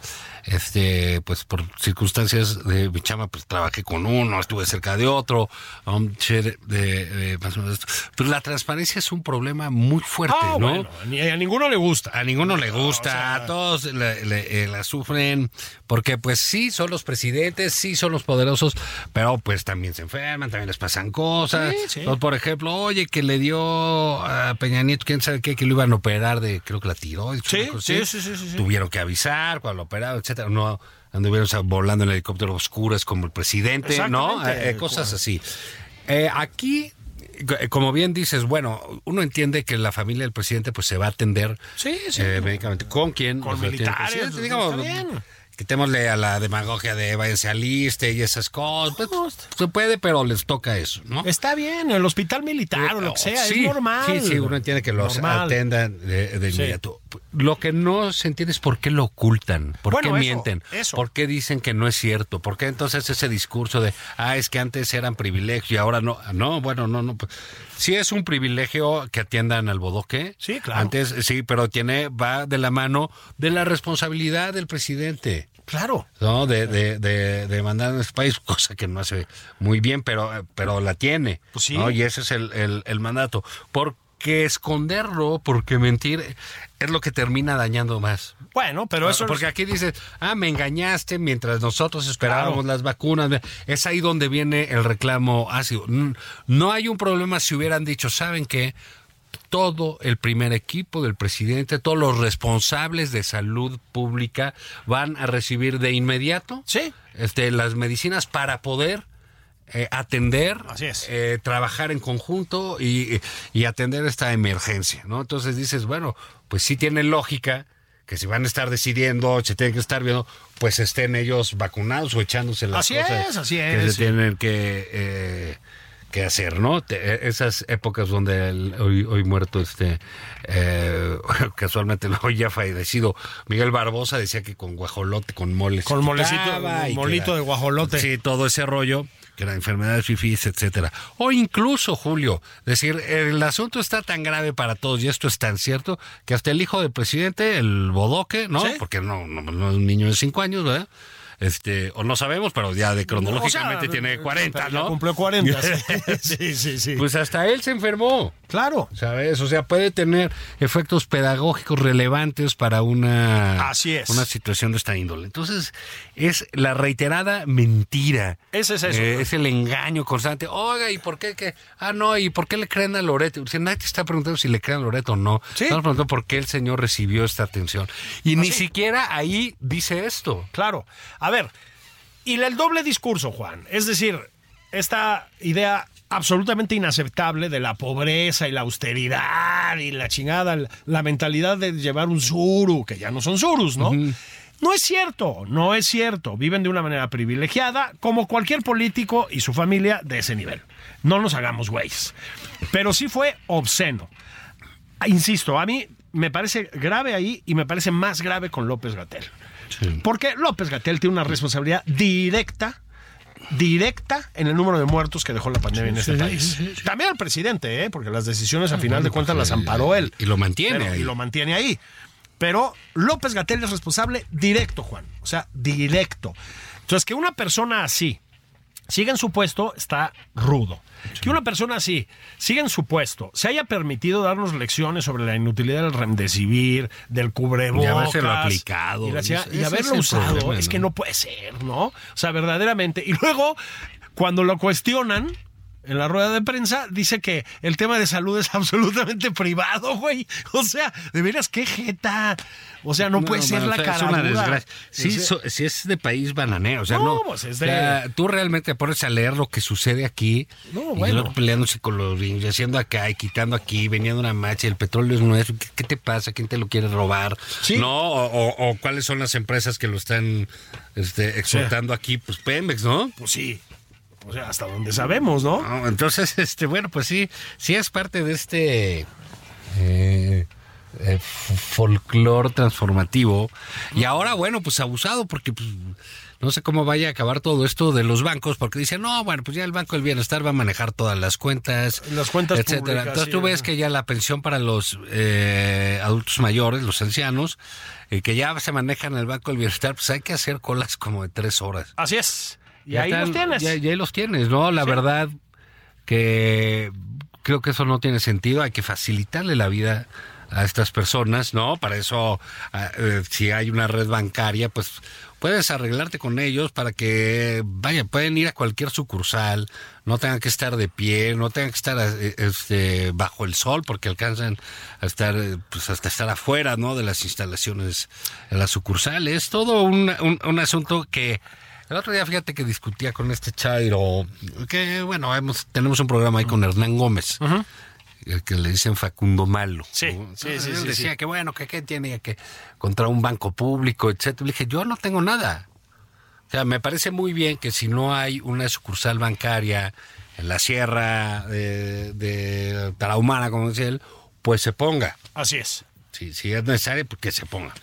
S3: este, pues por circunstancias de mi chama, pues trabajé con uno, estuve cerca de otro, um, che, de- de- más o menos esto. Pero la transparencia es un problema muy fuerte,
S4: Ah,
S3: ¿no?
S4: bueno, ni- a ninguno le gusta.
S3: A ninguno le gusta, a todos le- le- eh, la sufren, porque pues sí, son los presidentes, sí, son los poderosos, pero pues también se enferman, también les pasan cosas.
S4: Sí, sí.
S3: Entonces, por ejemplo, oye, que le dio a Peña Nieto, quién sabe qué, que lo iban a operar de, creo que la tiroides.
S4: Sí,
S3: una cosa
S4: sí,
S3: así.
S4: sí, sí, sí, sí.
S3: Tuvieron que avisar cuando lo operaron, etcétera, no anduvieron volando en helicóptero oscuras como el presidente, ¿no?
S4: Exactamente.
S3: Eh, eh, cosas así. Eh, aquí, eh, como bien dices, bueno, uno entiende que la familia del presidente pues se va a atender
S4: Sí, sí.
S3: eh, médicamente. ¿Con quién?
S4: Con
S3: Los atiende el
S4: militares,
S3: presidente,
S4: pues,
S3: digamos,
S4: está bien.
S3: Quitémosle a la demagogia de váyanse al ISSSTE y esas cosas. Pues, se puede, pero les toca eso, ¿no?
S4: Está bien, el hospital militar o lo que sea,
S3: Sí,
S4: es normal.
S3: Sí, sí, uno entiende que los
S4: Normal.
S3: atendan de, de
S4: Sí.
S3: inmediato. Lo que no se entiende es por qué lo ocultan, por qué
S4: Bueno, eso,
S3: mienten,
S4: eso.
S3: por qué dicen que no es cierto, por qué entonces ese discurso de, ah, es que antes eran privilegios y ahora no. Ah, No, bueno, no, no. pues, Sí es un privilegio que atiendan al bodoque.
S4: Sí, claro.
S3: Antes, sí, pero tiene, va de la mano de la responsabilidad del presidente.
S4: Claro.
S3: ¿no? De, de, de, de mandar a ese país, cosa que no hace muy bien, pero, pero la tiene.
S4: Pues sí.
S3: ¿no? Y ese es el, el, el mandato. Porque esconderlo, porque mentir, es lo que termina dañando más.
S4: Bueno, pero eso.
S3: porque aquí dices, ah, me engañaste mientras nosotros esperábamos las vacunas. Es ahí donde viene el reclamo ácido. Mm, No hay un problema si hubieran dicho, ¿saben qué? Todo el primer equipo del presidente, todos los responsables de salud pública van a recibir de inmediato
S4: Sí.
S3: este, las medicinas para poder eh, atender,
S4: Así es.
S3: eh, trabajar en conjunto y, y atender esta emergencia, ¿no? Entonces dices, bueno, pues sí tiene lógica que si van a estar decidiendo, se tienen que estar viendo, pues estén ellos vacunados o echándose las
S4: Así
S3: cosas
S4: es, así
S3: que
S4: es,
S3: se
S4: sí.
S3: tienen que, eh, que hacer, ¿no? Te- eh, esas épocas donde el hoy, hoy muerto, este, eh, casualmente no, hoy ya fallecido, Miguel Barbosa decía que con guajolote, con moles.
S4: Con molecito, molito de guajolote.
S3: Sí, todo ese rollo, que la enfermedad de fifís, etcétera. O incluso, Julio, decir, el asunto está tan grave para todos, y esto es tan cierto, que hasta el hijo del presidente, el bodoque, ¿no?
S4: Sí.
S3: Porque no, no, no es un niño de cinco años, ¿verdad? Este, o no sabemos, pero ya de cronológicamente
S4: O sea,
S3: tiene 40,
S4: pero ya
S3: ¿no?
S4: Cumplió 40. sí. sí, sí, sí.
S3: Pues hasta él se enfermó.
S4: claro.
S3: ¿Sabes? O sea, puede tener efectos pedagógicos relevantes para una,
S4: Así es.
S3: una situación de esta índole. Entonces, es la reiterada mentira.
S4: Ese es eso.
S3: Eh, es el engaño constante. Oiga, ¿y por qué? que Ah, no, ¿y por qué le creen a Loreto? O sea, nadie te está preguntando si le creen a Loreto o no.
S4: Sí.
S3: Estamos preguntando por qué el señor recibió esta atención. Y ni siquiera ahí dice esto.
S4: Claro. A ver, y el doble discurso, Juan. Es decir, esta idea absolutamente inaceptable de la pobreza y la austeridad y la chingada, la mentalidad de llevar un suru, que ya no son surus, ¿no? No es cierto, no es cierto. Viven de una manera privilegiada, como cualquier político y su familia de ese nivel. No nos hagamos güeyes. Pero sí fue obsceno. Ah, Insisto, a mí me parece grave ahí y me parece más grave con López Gatel. Porque López Gatel tiene una responsabilidad directa, directa en el número de muertos que dejó la pandemia en este país. También al presidente, ¿eh? porque las decisiones
S3: Ah,
S4: al final de cuentas las amparó él.
S3: pues Eh, Y lo mantiene
S4: Pero-
S3: ahí.
S4: Y lo mantiene ahí. Pero López Gatel es responsable directo, Juan. O sea, directo. Entonces, que una persona así siga en su puesto está rudo. Que una persona así siga en su puesto, se haya permitido darnos lecciones sobre la inutilidad del remdesivir, del cubrebocas.
S3: Y habérselo aplicado.
S4: Y, la chingada,
S3: Ese
S4: y
S3: es
S4: haberlo
S3: el
S4: usado.
S3: problema,
S4: Es
S3: ¿no?
S4: que no puede ser, ¿no? O sea, verdaderamente. Y luego, cuando lo cuestionan... En la rueda de prensa dice que el tema de salud es absolutamente privado, güey. O sea, de veras, qué jeta. O sea, no, puede ser
S3: mano,
S4: la
S3: o sea,
S4: cara.
S3: Es una desgracia. Sí, so- sí es de país bananero. O sea, no,
S4: No, pues, es de-
S3: o sea, tú realmente te pones a leer lo que sucede aquí.
S4: No,
S3: y
S4: bueno.
S3: luego peleándose con los gringos, y haciendo acá y quitando aquí, veniendo una marcha, y el petróleo es nuestro. ¿Qué, qué te pasa? ¿Quién te lo quiere robar?
S4: Sí.
S3: ¿No? O, o- o cuáles son las empresas que lo están este, exportando aquí. Pues Pemex, ¿no?
S4: Pues sí. O sea, hasta donde sabemos, ¿no?
S3: No, Entonces, este, bueno, pues sí, sí es parte de este eh, eh, folclor transformativo. Y ahora, bueno, pues abusado, porque pues, no sé cómo vaya a acabar todo esto de los bancos, porque dicen, no, bueno, pues ya el Banco del Bienestar va a manejar todas las cuentas,
S4: Las cuentas
S3: etcétera.
S4: públicas,
S3: Entonces tú
S4: sí,
S3: ves
S4: ¿no?
S3: que ya la pensión para los eh, adultos mayores, los ancianos, eh, que ya se manejan en el Banco del Bienestar, pues hay que hacer colas como de tres horas.
S4: Así es. Y
S3: Ya
S4: ahí
S3: están-
S4: los tienes.
S3: Ya, ya ahí los tienes, ¿no? La verdad que creo que eso no tiene sentido. Hay que facilitarle la vida a estas personas, ¿no? Para eso, ah, eh, si hay una red bancaria, pues puedes arreglarte con ellos para que, vaya, pueden ir a cualquier sucursal, no tengan que estar de pie, no tengan que estar eh, este, bajo el sol, porque alcanzan a estar, eh, pues hasta estar afuera, ¿no? De las instalaciones, de las sucursales. Todo una- un, un asunto que el otro día, fíjate que discutía con este Chairo, que bueno, hemos, tenemos un programa ahí con Hernán Gómez, el que le dicen Facundo Malo.
S4: Sí,
S3: ¿no?
S4: sí,
S3: Entonces,
S4: sí,
S3: él
S4: sí,
S3: decía que bueno, que qué tiene que contra un banco público, etcétera. Le dije, yo no tengo nada. O sea, me parece muy bien que si no hay una sucursal bancaria en la sierra de, de Tarahumara, como decía él, pues se ponga.
S4: Así es.
S3: Si, si es necesario, pues que se ponga.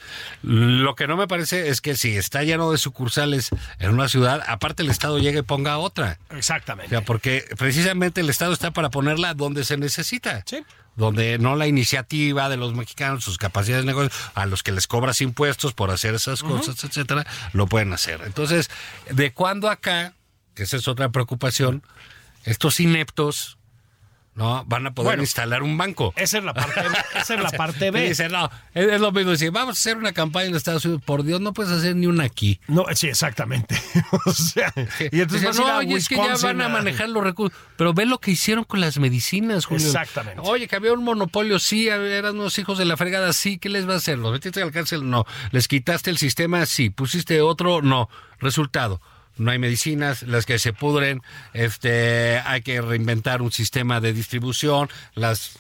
S3: Lo que no me parece es que si está lleno de sucursales en una ciudad, aparte el Estado llegue y ponga otra. O
S4: Exactamente.
S3: sea, porque precisamente el Estado está para ponerla donde se necesita.
S4: Sí.
S3: Donde no la iniciativa de los mexicanos, sus capacidades de negocio, a los que les cobras impuestos por hacer esas cosas, etcétera, lo pueden hacer. Entonces, ¿de cuándo acá, que esa es otra preocupación, estos ineptos no van a poder
S4: Bueno.
S3: instalar un banco?
S4: Esa es la parte, esa es la parte
S3: Y
S4: B.
S3: dice, no, es, es lo mismo. Dice, vamos a hacer una campaña en Estados Unidos. Por Dios, no puedes hacer ni una aquí.
S4: No, sí, exactamente. o sea, y entonces
S3: Dice,
S4: vas a ir
S3: no,
S4: a
S3: oye, es que ya
S4: Wisconsin
S3: van a
S4: a-
S3: manejar los recursos. Pero ve lo que hicieron con las medicinas, Julio.
S4: Exactamente.
S3: Oye, que había un monopolio, sí, eran unos hijos de la fregada, sí. ¿Qué les va a hacer? ¿Los metiste al cárcel? No. ¿Les quitaste el sistema? Sí. ¿Pusiste otro? No. Resultado. no hay medicinas, las que se pudren, este, hay que reinventar un sistema de distribución, las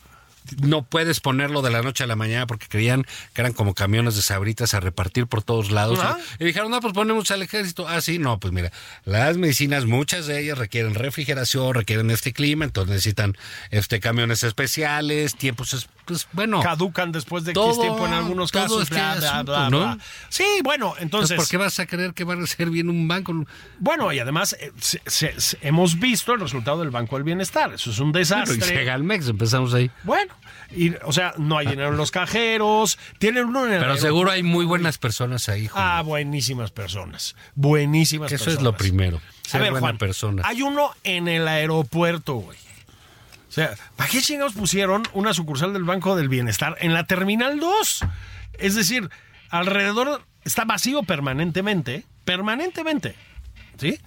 S3: no puedes ponerlo de la noche a la mañana porque creían que eran como camiones de sabritas a repartir por todos lados.
S4: Ajá.
S3: Y dijeron, no, pues ponemos al ejército. Ah, sí, no, pues mira, las medicinas, muchas de ellas requieren refrigeración, requieren este clima, entonces necesitan este camiones especiales, tiempos, es- pues bueno.
S4: Caducan después de X
S3: Todo-
S4: tiempo en algunos
S3: todo
S4: casos.
S3: este
S4: bla, bla,
S3: asunto,
S4: bla,
S3: ¿no?
S4: bla. Sí, bueno,
S3: Entonces,
S4: entonces.
S3: ¿por qué vas a creer que van a ser bien un banco?
S4: Bueno, y además eh, se- se- se- hemos visto el resultado del Banco del Bienestar. Eso es un
S3: Bueno, y
S4: desastre.
S3: Segalmex, empezamos ahí.
S4: Bueno, y, o sea, no hay dinero en los cajeros, tienen uno en el
S3: Pero
S4: aeropuerto.
S3: seguro hay muy buenas personas ahí, Julio.
S4: Ah, buenísimas personas. Buenísimas
S3: Que eso
S4: personas.
S3: es lo primero. Ser
S4: a ver,
S3: buena
S4: Juan,
S3: persona.
S4: Hay uno en el aeropuerto, güey. O sea, ¿para qué chingados pusieron una sucursal del Banco del Bienestar en la Terminal 2? Es decir, alrededor está vacío permanentemente, permanentemente, ¿sí?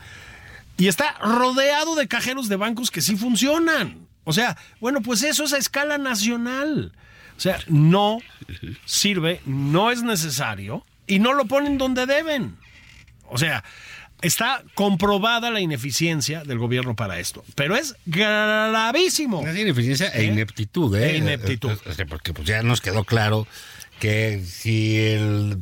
S4: Y está rodeado de cajeros de bancos que sí funcionan. O sea, bueno, pues eso es a escala nacional. O sea, no sirve, no es necesario y no lo ponen donde deben. O sea, está comprobada la ineficiencia del gobierno para esto, pero es gravísimo.
S3: Es ineficiencia e ineptitud, ¿eh?
S4: E ineptitud.
S3: O sea, Porque pues ya nos quedó claro que si el,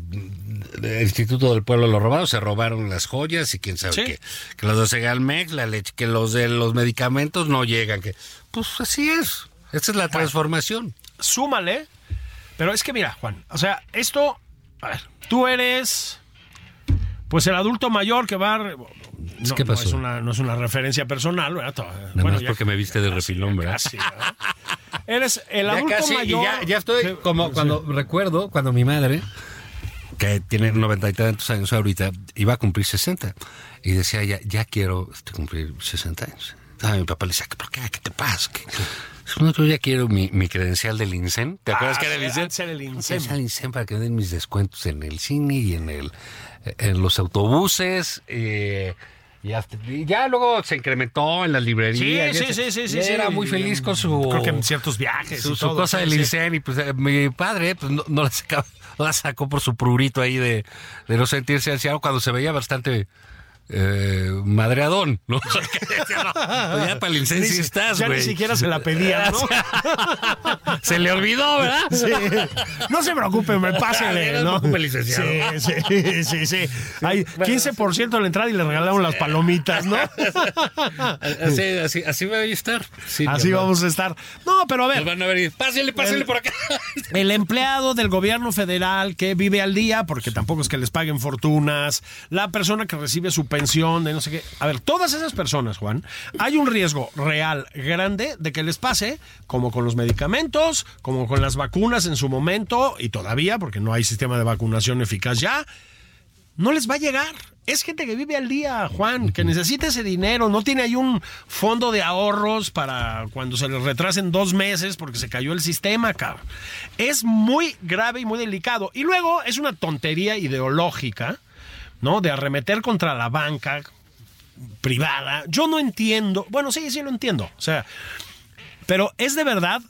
S3: el Instituto del Pueblo lo robaron, se robaron las joyas y quién sabe
S4: Sí.
S3: qué. Que los de Segalmex, la leche, que los de los medicamentos no llegan. que Pues así es. Esta es la transformación.
S4: Súmale, pero es que mira, Juan, o sea, esto, a ver, tú eres pues el adulto mayor que va a re- no,
S3: ¿qué
S4: no
S3: pasó?
S4: es una, no es una referencia personal, ¿verdad? eh,
S3: Nada más
S4: ya-
S3: porque me viste de refilón, ¿verdad?
S4: casi, ¿verdad? Eres el
S3: Ya
S4: adulto
S3: casi, y
S4: mayor.
S3: ya, ya estoy como cuando recuerdo cuando mi madre, que tiene noventa y tantos años ahorita, iba a cumplir 60. Y decía ella, ya quiero este, cumplir 60 años. Entonces, mi papá le decía, ¿por qué? ¿Qué te pasa? ¿Qué? Dijo, No, yo ya quiero mi, mi credencial del INSEN. ¿Te acuerdas
S4: Ah,
S3: que era el
S4: sí,
S3: INSEN?
S4: antes era el INSEN.
S3: Credencial INSEN para que me den mis descuentos en el cine y en el en los autobuses. eh, y hasta- y ya luego se incrementó en las librerías.
S4: Sí,
S3: y
S4: sí,
S3: ese-
S4: sí, sí, sí,
S3: y
S4: sí.
S3: Era muy feliz con su...
S4: Creo que en ciertos viajes.
S3: Su,
S4: y
S3: su
S4: todo,
S3: cosa
S4: sí,
S3: del
S4: sí.
S3: INSEN, y pues eh, mi padre pues, no, no la, sacaba, la sacó por su prurito ahí de, de no sentirse anciano cuando se veía bastante eh, madreadón, ¿no? O sea, que decía, "No, pues ya para el INSEN
S4: Ni
S3: sí
S4: si-
S3: estás,
S4: ya
S3: güey.
S4: ni siquiera se la pedía, ¿no?
S3: Se le olvidó, ¿verdad?
S4: Sí. No se preocupe, me pásele,
S3: No
S4: ¿no?
S3: se preocupe, licenciado.
S4: Sí, sí, sí, sí. Hay 15% de la entrada y le regalaron las palomitas, ¿no?
S3: Así, así, así voy a estar. Sí,
S4: Así
S3: mi amor.
S4: vamos a estar. No, pero a
S3: Nos
S4: ver,
S3: van a ver y, pásele, pásele por acá.
S4: el empleado del gobierno federal que vive al día, porque tampoco es que les paguen fortunas, la persona que recibe su pensión de no sé qué. A ver, todas esas personas, Juan, hay un riesgo real grande de que les pase, como con los medicamentos, como con las vacunas en su momento, y todavía, porque no hay sistema de vacunación eficaz ya, no les va a llegar. Es gente que vive al día, Juan, que necesita ese dinero, no tiene ahí un fondo de ahorros para cuando se les retrasen dos meses porque se cayó el sistema, cabrón. Es muy grave y muy delicado. Y luego es una tontería ideológica, ¿no? De arremeter contra la banca privada. Yo no entiendo, bueno, sí, sí lo entiendo, o sea, pero es de verdad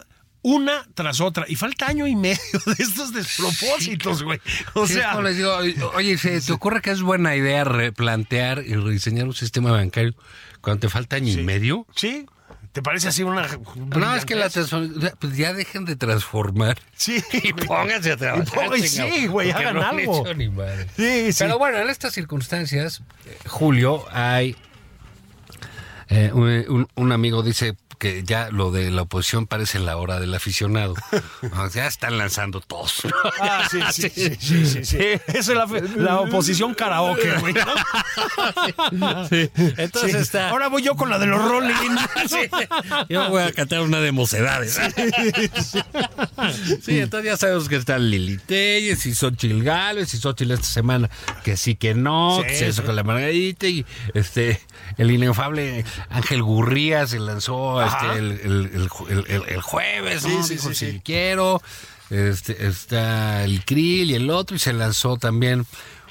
S4: una tras otra. Y falta año y medio de estos despropósitos, güey. O
S3: Sí, es
S4: sea...
S3: como les digo, oye, ¿se te ocurre que es buena idea replantear y rediseñar un sistema bancario cuando te falta año y medio?
S4: ¿Sí? ¿Te parece así una.?
S3: No, es que la transform- o sea, pues ya dejen de transformar.
S4: Sí.
S3: Y pónganse a trabajar.
S4: Y pon- y
S3: chingado,
S4: sí, güey,
S3: porque
S4: hagan
S3: no han
S4: algo.
S3: hecho ni madre.
S4: Sí, sí.
S3: Pero bueno, en estas circunstancias, eh, Julio, hay. eh, un, un- un amigo dice que ya lo de la oposición parece la hora del aficionado. Ah, ya están lanzando todos.
S4: Ah, sí, sí, sí, sí, sí, sí. Esa es la, la oposición karaoke, güey.
S3: Entonces
S4: Sí.
S3: está. Ah,
S4: Ahora voy yo con la de los Rolling.
S3: Sí. Yo voy a cantar una de mocedades. Sí, entonces ya sabemos que están Lili Telles y Xochitl Gálvez y Xochitl esta semana que sí que no,
S4: Sí,
S3: que se hizo
S4: sí.
S3: con la Margarita y este el inefable Ángel Gurría se lanzó este, el, el- el ju- el- el- el jueves, ¿no?
S4: sí,
S3: Dijo,
S4: sí,
S3: si
S4: sí.
S3: quiero, este, está el Krill y el otro y se lanzó también,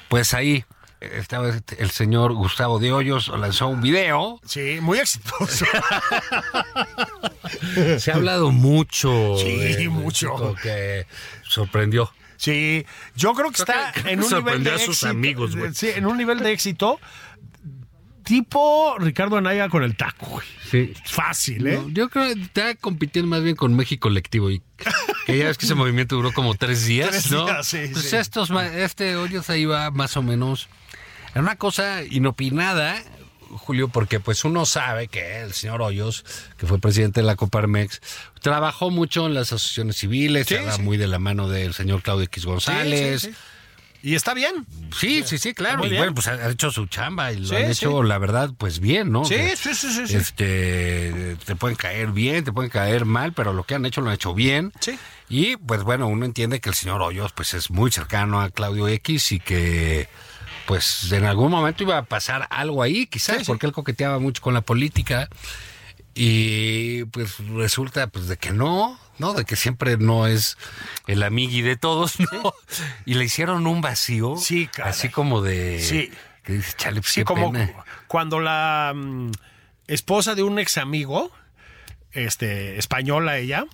S3: pues ahí. Estaba este- el señor Gustavo de Hoyos, lanzó un video.
S4: Sí, muy exitoso.
S3: Se ha hablado mucho.
S4: Sí,
S3: de- de
S4: mucho.
S3: esto Que sorprendió.
S4: Sí, yo creo que está
S3: Creo que- creo
S4: en
S3: que
S4: un nivel
S3: sorprendió
S4: de
S3: a sus
S4: éxito.
S3: amigos, güey.
S4: Sí, en un nivel de éxito tipo Ricardo Anaya con el taco, güey.
S3: Sí.
S4: Fácil, ¿eh?
S3: No, yo creo que está compitiendo más bien con México Lectivo y que ya ves que ese movimiento duró como tres días,
S4: Tres
S3: ¿no?
S4: días, sí,
S3: pues
S4: sí.
S3: estos ma- este Hoyos ahí va más o menos en una cosa inopinada, Julio, porque pues uno sabe que el señor Hoyos, que fue presidente de la Coparmex, trabajó mucho en las asociaciones civiles,
S4: Sí,
S3: estaba
S4: sí.
S3: muy de la mano del señor Claudio X González,
S4: Sí, sí, sí. Y está bien.
S3: Sí, sí, sí, claro.
S4: Muy
S3: Y
S4: bien.
S3: bueno, pues ha ha hecho su chamba y lo
S4: Sí,
S3: han hecho, la verdad, pues bien, ¿no?
S4: Sí,
S3: Que,
S4: sí, sí, sí, sí.
S3: Este, te pueden caer bien, te pueden caer mal, pero lo que han hecho lo han hecho bien.
S4: Sí.
S3: Y pues bueno, uno entiende que el señor Hoyos pues es muy cercano a Claudio X y que pues en algún momento iba a pasar algo ahí, quizás, porque él coqueteaba mucho con la política y pues resulta pues de que no, ¿no? De que siempre no es el amigui de todos, ¿no? Y le hicieron un vacío,
S4: Sí, caray.
S3: así como de
S4: Sí.
S3: que dices, chale, pues,
S4: Sí,
S3: qué
S4: como
S3: pena.
S4: cuando la mm, esposa de un ex amigo, este, española ella,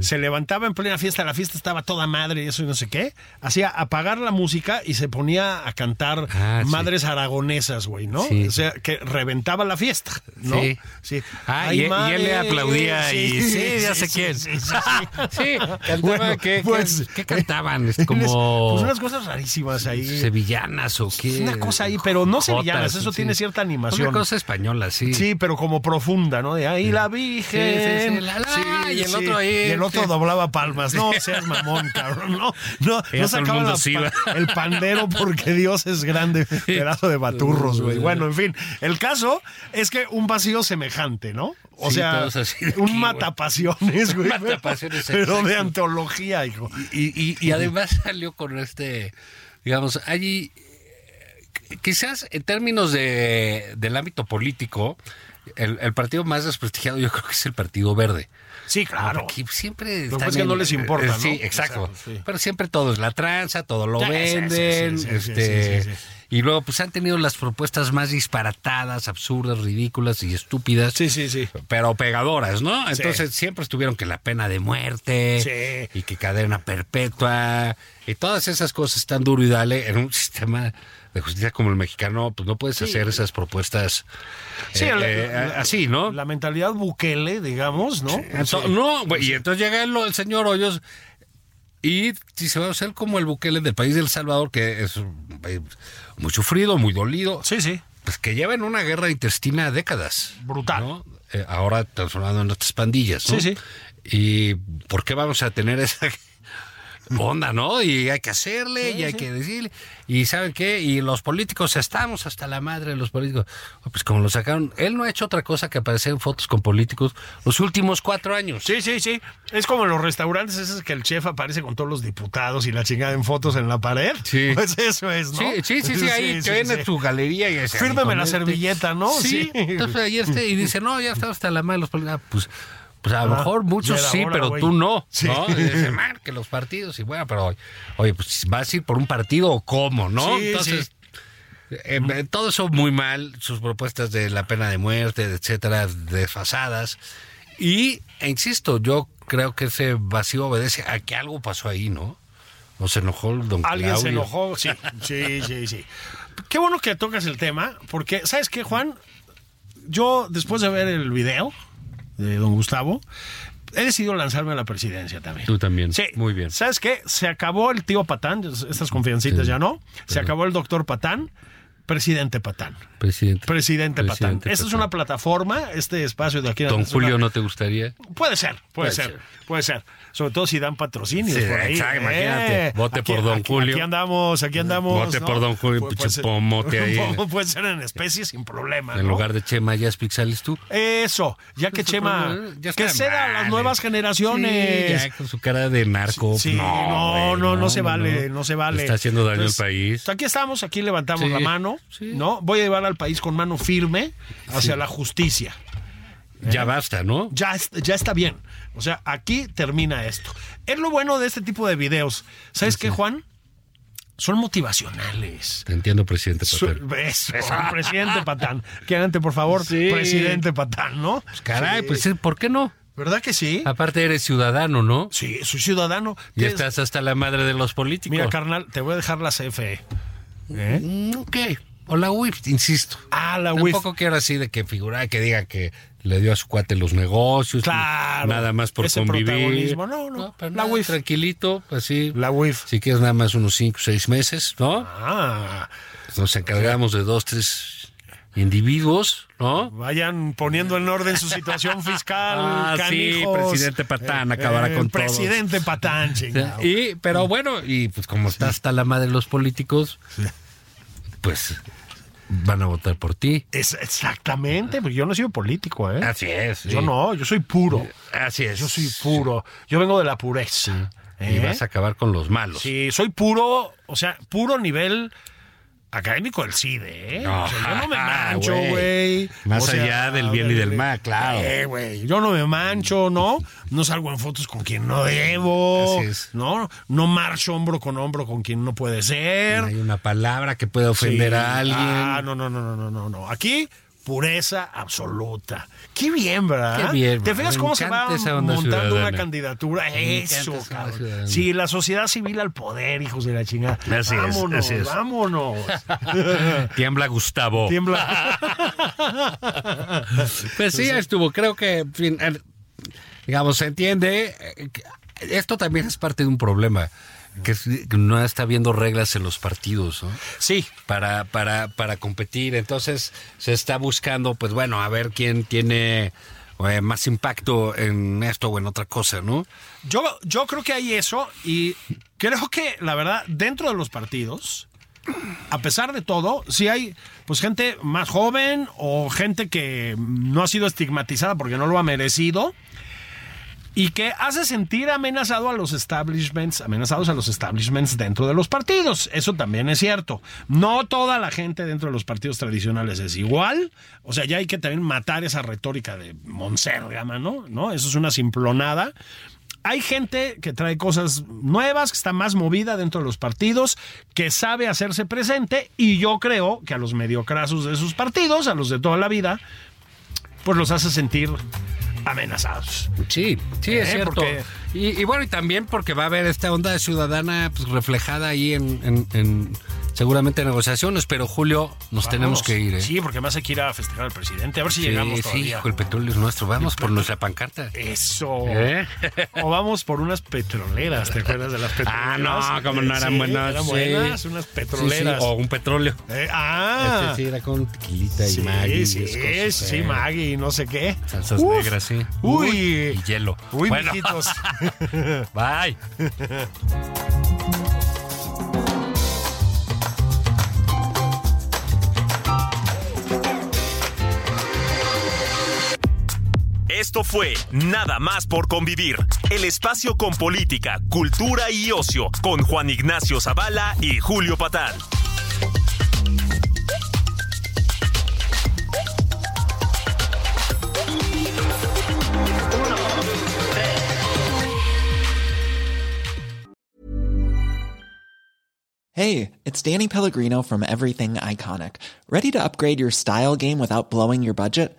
S4: se levantaba en plena fiesta, la fiesta estaba toda madre y eso y no sé qué, hacía apagar la música y se ponía a cantar
S3: Ah, sí.
S4: madres aragonesas, güey, ¿no?
S3: Sí.
S4: O sea, que reventaba la fiesta, ¿no?
S3: Sí. Ah, y,
S4: Ay,
S3: y él le
S4: madre,
S3: aplaudía y sí, ya sé
S4: sí,
S3: quién.
S4: sí, sí,
S3: Sí, cantaba
S4: Bueno,
S3: que,
S4: pues-
S3: ¿qué cantaban? Es como
S4: Pues unas cosas rarísimas ahí.
S3: sevillanas o qué.
S4: Una cosa ahí, pero no sevillanas, eso
S3: sí.
S4: tiene cierta animación.
S3: Una cosa española, sí.
S4: Sí, pero como profunda, ¿no? De ahí la Virgen.
S3: Sí, sí, sí, la, la, y el otro ahí,
S4: Y el otro
S3: sí.
S4: doblaba palmas. No seas mamón, cabrón. No, no,
S3: Ya todo
S4: no
S3: el
S4: sacaba
S3: mundo
S4: la
S3: se
S4: pa-
S3: iba.
S4: el pandero porque Dios es grande. Pedazo de baturros, güey. Bueno, en fin. El caso es que un vacío semejante, ¿no? O
S3: Sí,
S4: sea,
S3: todos así de aquí,
S4: un
S3: güey.
S4: matapasiones, güey.
S3: Matapasiones,
S4: Pero de
S3: exacto.
S4: antología, hijo.
S3: Y, y- y además salió con este, digamos, allí, eh, quizás en términos de, del ámbito político, el, el partido más desprestigiado yo creo que es el Partido Verde.
S4: Sí, claro.
S3: Porque siempre.
S4: Lo que
S3: están
S4: pasa es que
S3: en- eh,
S4: no les importa, ¿no?
S3: Sí, exacto.
S4: Exacto, sí.
S3: Pero siempre todo es la tranza, todo lo
S4: Sí, sí,
S3: venden.
S4: sí, sí, sí,
S3: este,
S4: sí, sí, sí.
S3: Y luego, pues han tenido las propuestas más disparatadas, absurdas, ridículas y estúpidas.
S4: Sí, sí, sí.
S3: Pero pegadoras, ¿no? Entonces siempre estuvieron que la pena de muerte
S4: Sí.
S3: y que cadena perpetua y todas esas cosas tan duro y dale en un sistema de justicia como el mexicano, pues no puedes hacer esas propuestas
S4: Sí,
S3: eh,
S4: la-
S3: eh,
S4: la-
S3: así, ¿no?
S4: La mentalidad Bukele, digamos, ¿no?
S3: Ento-
S4: Sí.
S3: No, güey, y entonces llega el, el señor Hoyos y si se va a hacer como el Bukele del país del Salvador, que es un país muy sufrido, muy dolido,
S4: Sí, sí.
S3: pues que lleva en una guerra intestina décadas.
S4: Brutal.
S3: ¿no? Eh, ahora transformado en estas pandillas, ¿no?
S4: Sí, sí.
S3: ¿Y por qué vamos a tener esa onda, no? Y hay que hacerle, y hay que decirle. ¿Y saben qué? Y los políticos estamos hasta la madre de los políticos. Pues como lo sacaron, él no ha hecho otra cosa que aparecer en fotos con políticos los últimos cuatro años.
S4: Sí, sí, sí. Es como en los restaurantes esos que el chef aparece con todos los diputados y la chingada en fotos en la pared.
S3: Sí.
S4: Pues eso es, ¿no?
S3: Sí, sí, sí, sí, ahí
S4: sí,
S3: tiene
S4: sí.
S3: tu galería y ese-
S4: Fírmame
S3: con
S4: la servilleta, ¿no?
S3: Sí.
S4: Sí.
S3: Entonces ahí este y dice, no, ya está hasta la madre de los políticos. Ah, Pues, pues a lo
S4: Ah,
S3: mejor muchos
S4: ya era
S3: sí,
S4: hora,
S3: pero
S4: güey.
S3: tú no.
S4: Sí.
S3: ¿no? Y dice, "Man, que los partidos y bueno, pero oye, pues vas a ir por un partido o cómo, ¿no?
S4: Sí,
S3: Entonces, eh, eh, todo eso muy mal, sus propuestas de la pena de muerte, de etcétera, desfasadas. Y, e insisto, yo creo que ese vacío obedece a que algo pasó ahí, ¿no? O se enojó el don
S4: Alguien se
S3: Claudio.
S4: enojó. Sí, sí, sí, sí. Qué bueno que tocas el tema, porque, ¿sabes qué, Juan? Yo, después de ver el video de don Gustavo, he decidido lanzarme a la presidencia también.
S3: Tú también.
S4: Sí.
S3: Muy bien.
S4: ¿Sabes qué? Se acabó el tío Patán, estas confiancitas
S3: Sí.
S4: ya no. Se acabó el doctor Patán, presidente Patán.
S3: Presidente.
S4: Presidente, Patán.
S3: Presidente
S4: Esta es
S3: Patán.
S4: una plataforma, este espacio de aquí. en
S3: Don
S4: adelante es una-
S3: Julio, ¿no te gustaría?
S4: Puede ser, puede,
S3: Puede
S4: ser,
S3: ser.
S4: puede ser. Sobre todo si dan patrocinios
S3: Sí,
S4: por ahí. ¿eh?
S3: exacto, imagínate. Vote por don
S4: aquí-
S3: Julio.
S4: Aquí andamos, aquí andamos.
S3: Vote por don Julio,
S4: Pu-
S3: pinche pomote ahí.
S4: Puede ser en especie sin problema,
S3: En
S4: ¿no?
S3: lugar de Chema, ya sales tú. Pues,
S4: Eso, ya que Chema,
S3: Ya está
S4: que ceda a las
S3: mal,
S4: nuevas
S3: eh.
S4: generaciones.
S3: Sí, ya con su cara de narco. pues,
S4: Sí, no,
S3: güey,
S4: no, no, se vale, no, se vale.
S3: Está haciendo daño
S4: Entonces, pues,
S3: al país.
S4: Aquí estamos, aquí levantamos
S3: Sí,
S4: la mano,
S3: sí.
S4: ¿no? Voy a llevar al país con mano firme hacia
S3: Sí.
S4: la justicia.
S3: Ya basta, ¿no?
S4: ya, es- ya está bien. O sea, aquí termina esto. Es lo bueno de este tipo de videos. ¿Sabes qué, Juan? Son motivacionales.
S3: Te entiendo, presidente.
S4: Su-
S3: Papel.
S4: Eso, presidente Patán. Quédate, por favor, presidente Patán, ¿no?
S3: Caray,
S4: Sí.
S3: pues ¿por qué no?
S4: ¿Verdad que sí?
S3: Aparte eres ciudadano, ¿no?
S4: Sí, soy ciudadano.
S3: Y
S4: Tienes-
S3: estás hasta la madre de los políticos.
S4: E. Mira, carnal, te voy a dejar la CFE.
S3: Mm, ok. O la WIF, insisto.
S4: ¿Eh? Ah, la WIF.
S3: Tampoco quiero así de que figura que diga que le dio a su cuate los negocios.
S4: Claro.
S3: Nada más por
S4: Ese
S3: convivir.
S4: protagonismo, no, no,
S3: pero
S4: la
S3: nada,
S4: WIF.
S3: Tranquilito, así.
S4: La WIF.
S3: Si quieres nada más unos 5 6 meses, ¿no?
S4: Ah,
S3: Nos encargamos de dos, tres individuos, ¿no?
S4: vayan poniendo en orden su situación fiscal.
S3: Ah, sí,
S4: canijos.
S3: presidente Patán acabará con todo.
S4: Presidente Patán, chingado.
S3: Y, pero bueno, y pues como está hasta la madre de los políticos, pues van a votar por ti.
S4: Es- exactamente, porque yo no he sido político, ¿eh?
S3: Así es.
S4: Yo
S3: Ah, sí.
S4: no, yo soy puro.
S3: Así es.
S4: Yo soy puro. Yo vengo de la pureza.
S3: Y
S4: ¿eh?
S3: vas a acabar con los malos.
S4: Sí, soy puro, o sea, puro nivel académico del CIDE, ¿eh?
S3: No,
S4: O sea, yo no me
S3: ah,
S4: mancho,
S3: güey.
S4: güey.
S3: Más
S4: O sea,
S3: allá del bien y del mal, claro.
S4: Eh, güey, yo no me mancho, ¿no? No salgo en fotos con quien no debo.
S3: Así es.
S4: ¿No? No marcho hombro con hombro con quien no puede ser.
S3: Hay una palabra que puede ofender
S4: Sí.
S3: a alguien.
S4: Ah, no, no, no, no, no, no, no. Aquí, pureza absoluta. Qué bien, ¿verdad?
S3: Qué bien,
S4: ¿Te
S3: bro.
S4: fijas
S3: Me
S4: cómo se va
S3: encanta esa onda
S4: montando una
S3: ciudadana.
S4: candidatura?
S3: Me encanta
S4: Eso,
S3: esa onda
S4: cabrón.
S3: ciudadana.
S4: Sí, la sociedad civil al poder, hijos de la chingada.
S3: Así es,
S4: vámonos,
S3: así es.
S4: vámonos.
S3: Tiembla Gustavo.
S4: Tiembla.
S3: Pues sí, estuvo. Creo que, en fin, eh, digamos, se entiende. eh, que Esto también es parte de un problema, que es- que no está habiendo reglas en los partidos, ¿no?
S4: Sí.
S3: Para, para, para competir. Entonces, se está buscando, pues bueno, a ver quién tiene eh, más impacto en esto o en otra cosa, ¿no?
S4: Yo, yo creo que hay eso y creo que, la verdad, dentro de los partidos, a pesar de todo, sí hay pues gente más joven o gente que no ha sido estigmatizada porque no lo ha merecido y que hace sentir amenazado a los establishments, amenazados a los establishments dentro de los partidos. Eso también es cierto. No toda la gente dentro de los partidos tradicionales es igual. O sea, ya hay que también matar esa retórica de Monsergama, ¿no? ¿no? Eso es una simplonada. Hay gente que trae cosas nuevas, que está más movida dentro de los partidos, que sabe hacerse presente y yo creo que a los mediocrasos de sus partidos, a los de toda la vida, pues los hace sentir amenazados.
S3: Sí, sí, es
S4: Eh,
S3: cierto.
S4: porque-
S3: Y, y bueno, y también porque va a haber esta onda ciudadana pues, reflejada ahí en, en- en- seguramente en negociaciones, pero Julio, nos tenemos
S4: Vámonos.
S3: que ir, ¿eh?
S4: Sí, porque más hay que ir a festejar al presidente. A ver si
S3: Sí,
S4: llegamos
S3: sí,
S4: todavía.
S3: hijo, el petróleo es nuestro. Vamos por nuestra pancarta.
S4: Eso.
S3: ¿Eh?
S4: O vamos por unas petroleras, ¿te acuerdas de las petroleras?
S3: Ah, no, como no eran
S4: Sí,
S3: buenas.
S4: Eran
S3: sí.
S4: buenas, unas
S3: Sí, sí,
S4: petroleras.
S3: o un petróleo.
S4: Eh, ah.
S3: Este sí era con tequilita y
S4: Sí,
S3: Maggi y
S4: sí,
S3: esas cosas,
S4: sí,
S3: eh.
S4: Maggie, y no sé qué.
S3: Salsas
S4: Uf.
S3: negras, sí.
S4: Uy.
S3: Y hielo.
S4: Uy,
S3: Bueno,
S4: mijitos.
S3: Bye.
S2: Esto fue Nada más por convivir, el espacio con política, cultura y ocio, con Juan Ignacio Zavala y Julio Patal.
S5: Hey, it's Danny Pellegrino from Everything Iconic. Ready to upgrade your style game without blowing your budget?